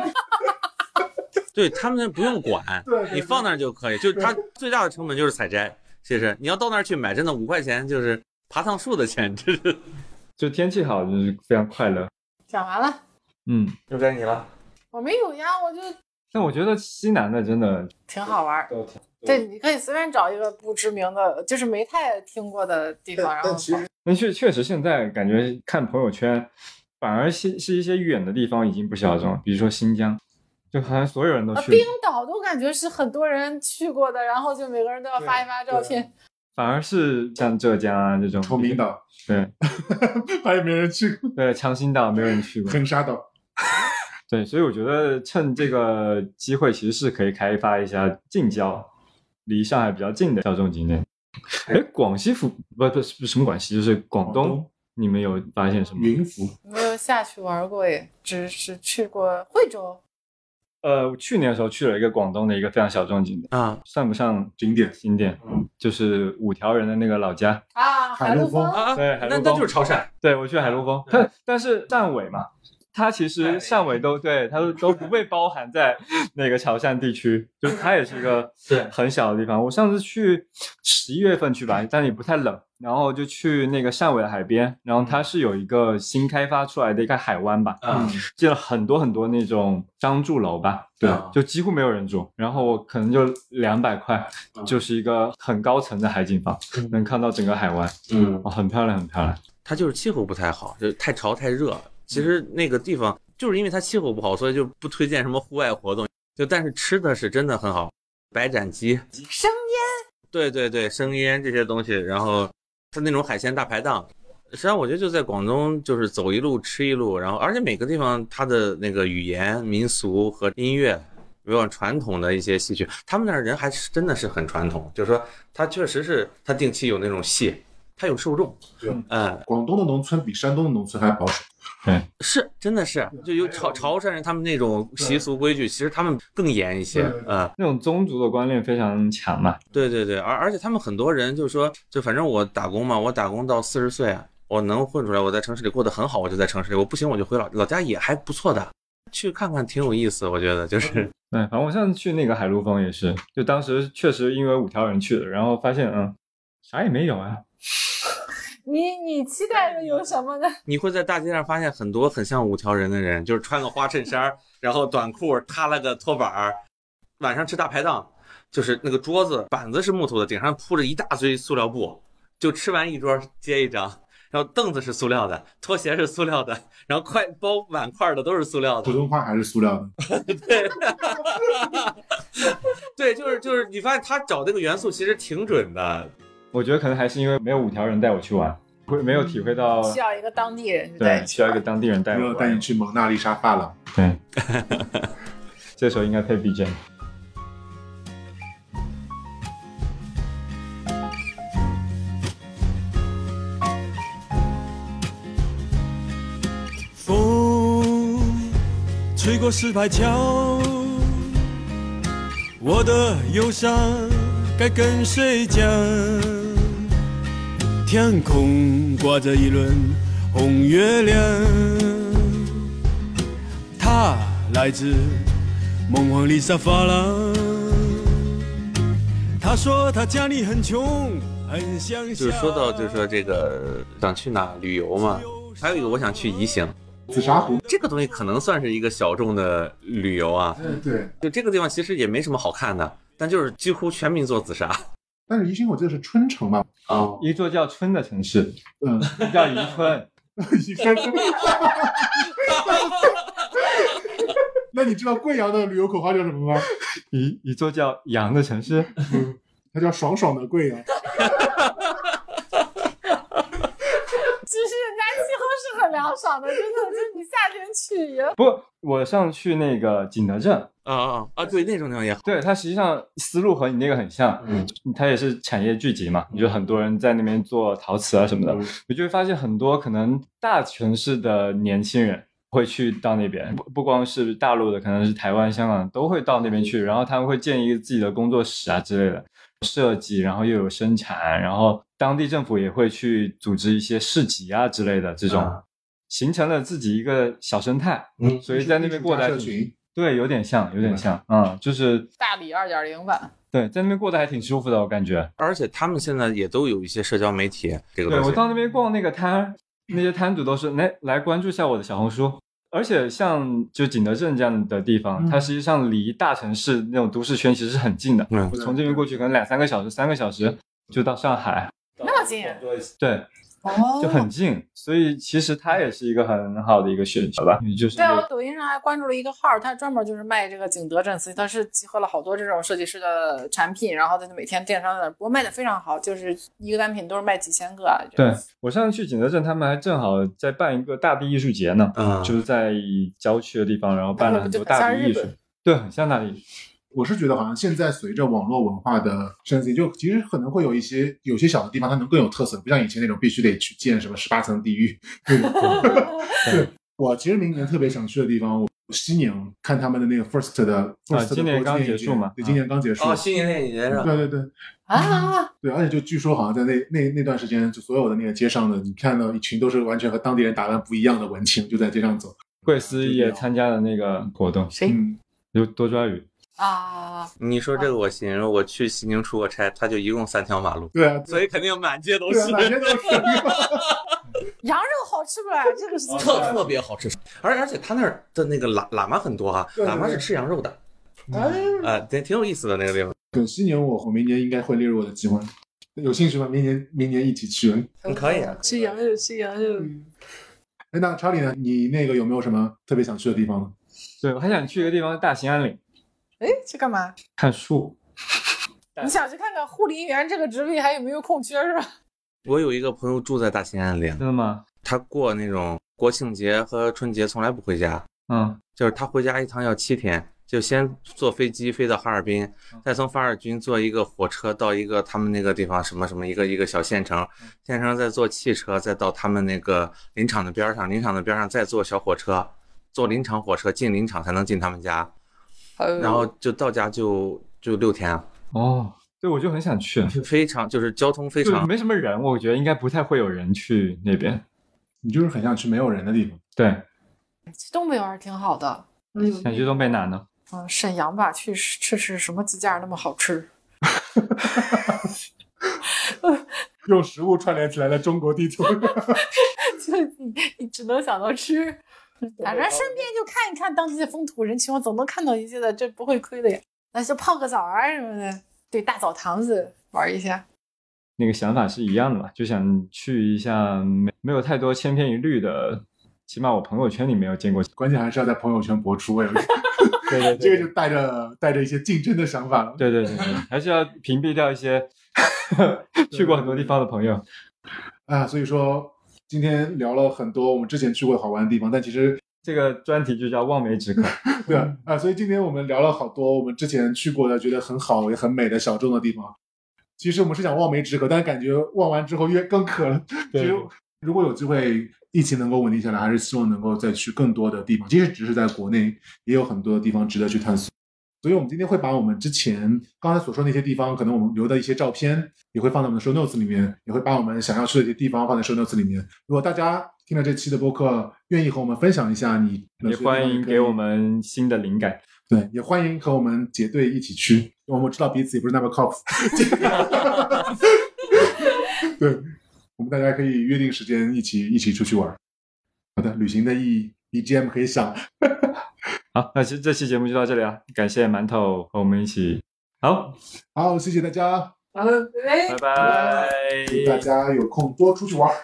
[SPEAKER 6] 对他们那不用管
[SPEAKER 3] 对对，对
[SPEAKER 6] 你放那儿就可以。就是它最大的成本就是采摘，其实你要到那儿去买，真的五块钱就是爬趟树的钱，这是。
[SPEAKER 4] 就天气好就是非常快乐。
[SPEAKER 5] 讲完了，
[SPEAKER 4] 嗯，
[SPEAKER 6] 又该你了，
[SPEAKER 5] 我没有呀，我就
[SPEAKER 4] 但我觉得西南的真的
[SPEAKER 5] 挺好玩儿。
[SPEAKER 4] 都挺
[SPEAKER 5] 对，你可以随便找一个不知名的，就是没太听过的地方，然后
[SPEAKER 4] 那确确实现在感觉看朋友圈，反而是是一些远的地方已经不小众，比如说新疆，就好像所有人都
[SPEAKER 5] 啊，
[SPEAKER 4] 去
[SPEAKER 5] 冰
[SPEAKER 4] 了，
[SPEAKER 5] 岛都感觉是很多人去过的，然后就每个人都要发一发照片。
[SPEAKER 4] 反而是像浙江啊这种
[SPEAKER 3] 崇明， 岛，
[SPEAKER 4] 对
[SPEAKER 3] 还有没人去
[SPEAKER 4] 对，长兴岛没有人去过，
[SPEAKER 3] 横沙岛？
[SPEAKER 4] 对，所以我觉得趁这个机会，其实是可以开发一下近郊，离上海比较近的小众景点。哎，广西府不不是不是什么广西，就是广
[SPEAKER 3] 广
[SPEAKER 4] 东，
[SPEAKER 3] 东
[SPEAKER 4] 你们有发现什么？
[SPEAKER 3] 云浮
[SPEAKER 5] 没有下去玩过耶，只是去过惠州。
[SPEAKER 4] 呃，我去年的时候去了一个广东的一个非常小众景点，
[SPEAKER 6] 啊
[SPEAKER 4] 算不上
[SPEAKER 3] 景点，
[SPEAKER 4] 景点，
[SPEAKER 3] 嗯
[SPEAKER 4] 就是五条人的那个老家。
[SPEAKER 5] 啊，
[SPEAKER 3] 海
[SPEAKER 5] 海
[SPEAKER 3] 陆
[SPEAKER 5] 陆
[SPEAKER 3] 丰
[SPEAKER 5] 丰
[SPEAKER 6] 啊，
[SPEAKER 4] 对海
[SPEAKER 6] 那
[SPEAKER 4] 陆
[SPEAKER 6] 那
[SPEAKER 4] 丰
[SPEAKER 6] 就是潮汕。
[SPEAKER 4] 对，我去海陆丰，但但是汕尾嘛，它其实汕尾都对，它都都不被包含在那个潮汕地区，就是它也是一个
[SPEAKER 6] 是
[SPEAKER 4] 很小的地方。我上次去十一月份去吧，但也不太冷，然后就去那个汕尾的海边，然后它是有一个新开发出来的一个海湾吧，
[SPEAKER 6] 嗯，
[SPEAKER 4] 建了很多很多那种商住楼吧，对
[SPEAKER 6] 啊，
[SPEAKER 4] 就几乎没有人住。然后我可能就两百块，就是一个很高层的海景房，能看到整个海湾，
[SPEAKER 6] 嗯
[SPEAKER 4] 哦，很漂亮，很漂亮。
[SPEAKER 6] 它就是气候不太好，就是太潮太热。其实那个地方就是因为它气候不好，所以就不推荐什么户外活动。就但是吃的是真的很好，白斩鸡，
[SPEAKER 5] 生腌
[SPEAKER 6] 对对对，生腌这些东西，然后它那种海鲜大排档。实际上，我觉得就在广东，就是走一路吃一路，然后而且每个地方它的那个语言、民俗和音乐，比如传统的一些戏曲，他们那儿人还是真的是很传统，就是说他确实是他定期有那种戏，他有受众，
[SPEAKER 3] 对
[SPEAKER 6] 嗯，
[SPEAKER 3] 广东的农村比山东的农村还保守。
[SPEAKER 6] 是，真的是，就有潮潮汕人他们那种习俗规矩，其实他们更严一些
[SPEAKER 3] 对对，对
[SPEAKER 6] 嗯，
[SPEAKER 4] 那种宗族的观念非常强嘛，
[SPEAKER 6] 对对对，而而且他们很多人就说，就反正我打工嘛，我打工到四十岁啊，我能混出来，我在城市里过得很好，我就在城市里，我不行我就回老老家也还不错的，去看看挺有意思，我觉得就是，
[SPEAKER 4] 对，哎反正我上次去那个海陆丰也是，就当时确实因为五条人去的，然后发现嗯，啥也没有啊。
[SPEAKER 5] 你你期待的有什么呢？
[SPEAKER 6] 你会在大街上发现很多很像五条人的人，就是穿个花衬衫儿，然后短裤儿塌了个拖板儿，晚上吃大排档，就是那个桌子板子是木头的，顶上铺着一大堆塑料布，就吃完一桌接一张。然后凳子是塑料的，拖鞋是塑料的，然后筷包碗筷的都是塑料的
[SPEAKER 3] 普，通话还是塑料的，
[SPEAKER 6] 对，就是就是，你发现他找这个元素其实挺准的。
[SPEAKER 4] 我觉得可能还是因为没有五条人带我去玩，会没有体会到，
[SPEAKER 5] 嗯需要一个当地人
[SPEAKER 4] 对，
[SPEAKER 5] 对，
[SPEAKER 4] 需要一个当地人带
[SPEAKER 3] 没
[SPEAKER 4] 我
[SPEAKER 3] 有带
[SPEAKER 4] 玩
[SPEAKER 3] 你。去蒙娜丽莎发廊。
[SPEAKER 4] 对， 这时候应该配 BGM。
[SPEAKER 1] 风吹过石牌桥，我的忧伤该跟谁讲？天空挂着一轮红月亮，它来自梦幻丽莎发廊。他说他家里很穷，很乡下。
[SPEAKER 6] 就是说到，就是说这个想去哪旅游嘛，还有一个我想去宜兴，
[SPEAKER 3] 紫砂壶，
[SPEAKER 6] 这个东西可能算是一个小众的旅游啊。
[SPEAKER 3] 嗯，对。
[SPEAKER 6] 就这个地方其实也没什么好看的，但就是几乎全民做紫砂
[SPEAKER 3] 但是宜兴我记得是春城吧？
[SPEAKER 6] 啊。
[SPEAKER 4] 一座叫春的城市
[SPEAKER 3] 嗯，
[SPEAKER 4] 叫宜春，
[SPEAKER 3] 宜春。 那你知道贵阳的旅游口号叫什么吗？
[SPEAKER 4] 一一座叫阳的城市。
[SPEAKER 3] 它叫“爽爽的贵阳
[SPEAKER 5] 只是人家气候是很凉爽的，真的，就你夏天去也
[SPEAKER 4] 不过我上去那个景德镇，
[SPEAKER 6] 啊啊啊！对，那种地方也好。
[SPEAKER 4] 对它实际上思路和你那个很像，
[SPEAKER 6] 嗯
[SPEAKER 4] 它也是产业聚集嘛，你就很多人在那边做陶瓷啊什
[SPEAKER 3] 嗯
[SPEAKER 4] 么的，你就会发现很多可能大城市的年轻人会去到那边，不不光是大陆的，可能是台湾、香港都会到那边去，然后他们会建一个自己的工作室啊之类的，设计，然后又有生产，然后当地政府也会去组织一些市集啊之类的这种，
[SPEAKER 6] 啊
[SPEAKER 4] 形成了自己一个小生态，
[SPEAKER 6] 嗯
[SPEAKER 4] 所以在那边过得还
[SPEAKER 3] 社
[SPEAKER 4] 挺
[SPEAKER 3] 群，
[SPEAKER 4] 对，有点像，有点像，嗯，就是
[SPEAKER 5] 大理二点零版。
[SPEAKER 4] 对，在那边过得还挺舒服的，我感觉。
[SPEAKER 6] 而且他们现在也都有一些社交媒体这个
[SPEAKER 4] 对
[SPEAKER 6] 东
[SPEAKER 4] 我
[SPEAKER 6] 西。
[SPEAKER 4] 到那边逛那个摊儿，那些摊主都是来来关注一下我的小红书。而且像就景德镇这样的地方，
[SPEAKER 3] 嗯
[SPEAKER 4] 它实际上离大城市那种都市圈其实是很近的。
[SPEAKER 6] 嗯
[SPEAKER 4] 我从这边过去可能两三个小时，三个小时就到上海，
[SPEAKER 5] 那么近
[SPEAKER 4] 对，
[SPEAKER 5] 哦
[SPEAKER 4] 就很近。所以其实它也是一个很好的一个选择吧，就是
[SPEAKER 5] 对啊，
[SPEAKER 4] 一
[SPEAKER 5] 我
[SPEAKER 4] 个
[SPEAKER 5] 抖音上还关注了一个号儿，他专门就是卖这个景德镇瓷器，他是集合了好多这种设计师的产品，然后在那每天电商在那播，卖的非常好，就是一个单品都是卖几千个啊。这
[SPEAKER 4] 对
[SPEAKER 5] 样子，
[SPEAKER 4] 我上次去景德镇，他们还正好在办一个大地艺术节呢，
[SPEAKER 5] 啊
[SPEAKER 6] 嗯
[SPEAKER 4] 就是在郊区的地方，然后办了很多大地艺术
[SPEAKER 5] 就很像日，
[SPEAKER 4] 对，很像大地艺术。
[SPEAKER 3] 我是觉得好像现在随着网络文化的升级，就其实可能会有一些有些小的地方它能更有特色，不像以前那种必须得去建什么十八层地 狱。对对，我其实明年特别想去的地方，我西宁看他们的那个 First 的 First 的
[SPEAKER 4] 啊今年
[SPEAKER 3] 国际
[SPEAKER 4] 刚
[SPEAKER 3] 电影
[SPEAKER 4] 结
[SPEAKER 3] 节
[SPEAKER 4] 束嘛
[SPEAKER 3] 对，
[SPEAKER 4] 啊
[SPEAKER 3] 今年刚结束。
[SPEAKER 6] 哦，新年电影节是吧？
[SPEAKER 3] 对对对，
[SPEAKER 5] 啊，
[SPEAKER 3] 对，而且就据说好像在那那那段时间，就所有的那个街上的，你看到一群都是完全和当地人打扮不一样的文青，就在街上走。
[SPEAKER 4] 贵司也参加了那个活动，
[SPEAKER 5] 谁
[SPEAKER 3] 嗯，
[SPEAKER 4] 就多抓鱼。
[SPEAKER 5] 啊？
[SPEAKER 6] 你说这个，我寻思我去西宁出个差，他就一共三条马路，
[SPEAKER 3] 对啊，
[SPEAKER 6] 所以肯定满街都
[SPEAKER 3] 对
[SPEAKER 6] 是
[SPEAKER 3] 啊，，满街都是。
[SPEAKER 5] 羊肉好吃吧？这个是
[SPEAKER 6] 特特别好吃。而而且他那儿的那个喇喇嘛很多啊，
[SPEAKER 3] 对对
[SPEAKER 6] 喇嘛
[SPEAKER 3] 对
[SPEAKER 6] 是吃羊肉的，
[SPEAKER 3] 哎，
[SPEAKER 6] 啊，挺挺有意思的那个地方。
[SPEAKER 3] 等西宁我，我明年应该会列入我的计划。有兴趣吗？明年明年一起去。
[SPEAKER 6] 嗯可以啊 嗯
[SPEAKER 5] 吃羊肉，吃羊肉。
[SPEAKER 3] 哎，那查理呢？你那个有没有什么特别想去的地方呢？
[SPEAKER 4] 对，我还想去一个地方，大兴安岭
[SPEAKER 5] 哎，去干嘛？
[SPEAKER 4] 看树。
[SPEAKER 5] 你想去看看护林员这个职位还有没有空缺是吧？
[SPEAKER 6] 我有一个朋友住在大兴安岭，
[SPEAKER 4] 真的吗？
[SPEAKER 6] 他过那种国庆节和春节从来不回家，
[SPEAKER 4] 嗯，
[SPEAKER 6] 就是他回家一趟要七天，就先坐飞机飞到哈尔滨，再从哈尔滨坐一个火车到一个他们那个地方什么什么一个一个小县城，县城再坐汽车，再到他们那个林场的边上，林场的边上再坐小火车，坐林场火车进林场才能进他们家，
[SPEAKER 5] 嗯
[SPEAKER 6] 然后就到家就就六天啊，
[SPEAKER 4] 哦，对，我就很想去，
[SPEAKER 6] 非常就是交通非
[SPEAKER 4] 就是
[SPEAKER 6] 常
[SPEAKER 4] 没什么人，我觉得应该不太会有人去那边。
[SPEAKER 3] 你就是很想去没有人的地方。
[SPEAKER 4] 对，
[SPEAKER 5] 去东北玩儿挺好的。
[SPEAKER 4] 想去东北哪呢？
[SPEAKER 5] 嗯，沈阳吧，去吃吃吃什么鸡架那么好吃？
[SPEAKER 3] 用食物串联起来的中国地图。
[SPEAKER 5] 就你你只能想到吃，嗯反正顺便就看一看当地的风土人情，我总能看到一些的，这不会亏的呀。那就泡个澡啊什么的，对，大澡堂子玩一下。
[SPEAKER 4] 那个想法是一样的嘛，就想去一下没没有太多千篇一律的，起码我朋友圈里没有见过。
[SPEAKER 3] 关键还是要在朋友圈博出。我有
[SPEAKER 4] 对对
[SPEAKER 3] 这个就带着带着一些竞争的想法了。
[SPEAKER 4] 对对对对，还是要屏蔽掉一些 去过很多地方的朋友。
[SPEAKER 3] 啊，所以说今天聊了很多我们之前去过的好玩的地方，但其实
[SPEAKER 4] 这个专题就叫望梅止渴。
[SPEAKER 3] 对
[SPEAKER 4] 嗯
[SPEAKER 3] 啊啊，所以今天我们聊了好多我们之前去过的，觉得很好也很美的小众的地方。其实我们是想望梅止渴，但是感觉望完之后越更渴了。其
[SPEAKER 4] 对
[SPEAKER 3] 实如果有机会，疫情能够稳定下来，还是希望能够再去更多的地方，即使只是在国内，也有很多的地方值得去探索。所以，我们今天会把我们之前刚才所说的那些地方，可能我们留的一些照片，也会放在我们的 show notes 里面，也会把我们想要去的一些地方放在 show notes 里面。如果大家听了这期的播客，愿意和我们分享一下你，
[SPEAKER 4] 也欢迎给我们新的灵感。
[SPEAKER 3] 对，也欢迎和我们结队一起去。我们知道彼此也不是那么靠谱。 对，我们大家可以约定时间一起一起出去玩儿。好的，旅行的意义 BGM 可以想。
[SPEAKER 4] 好，那这这期节目就到这里了，感谢馒头和我们一起。好，
[SPEAKER 3] 好，谢谢大家，
[SPEAKER 5] 嗯，拜拜
[SPEAKER 4] 哎拜拜。
[SPEAKER 3] 祝大家有空多出去玩儿。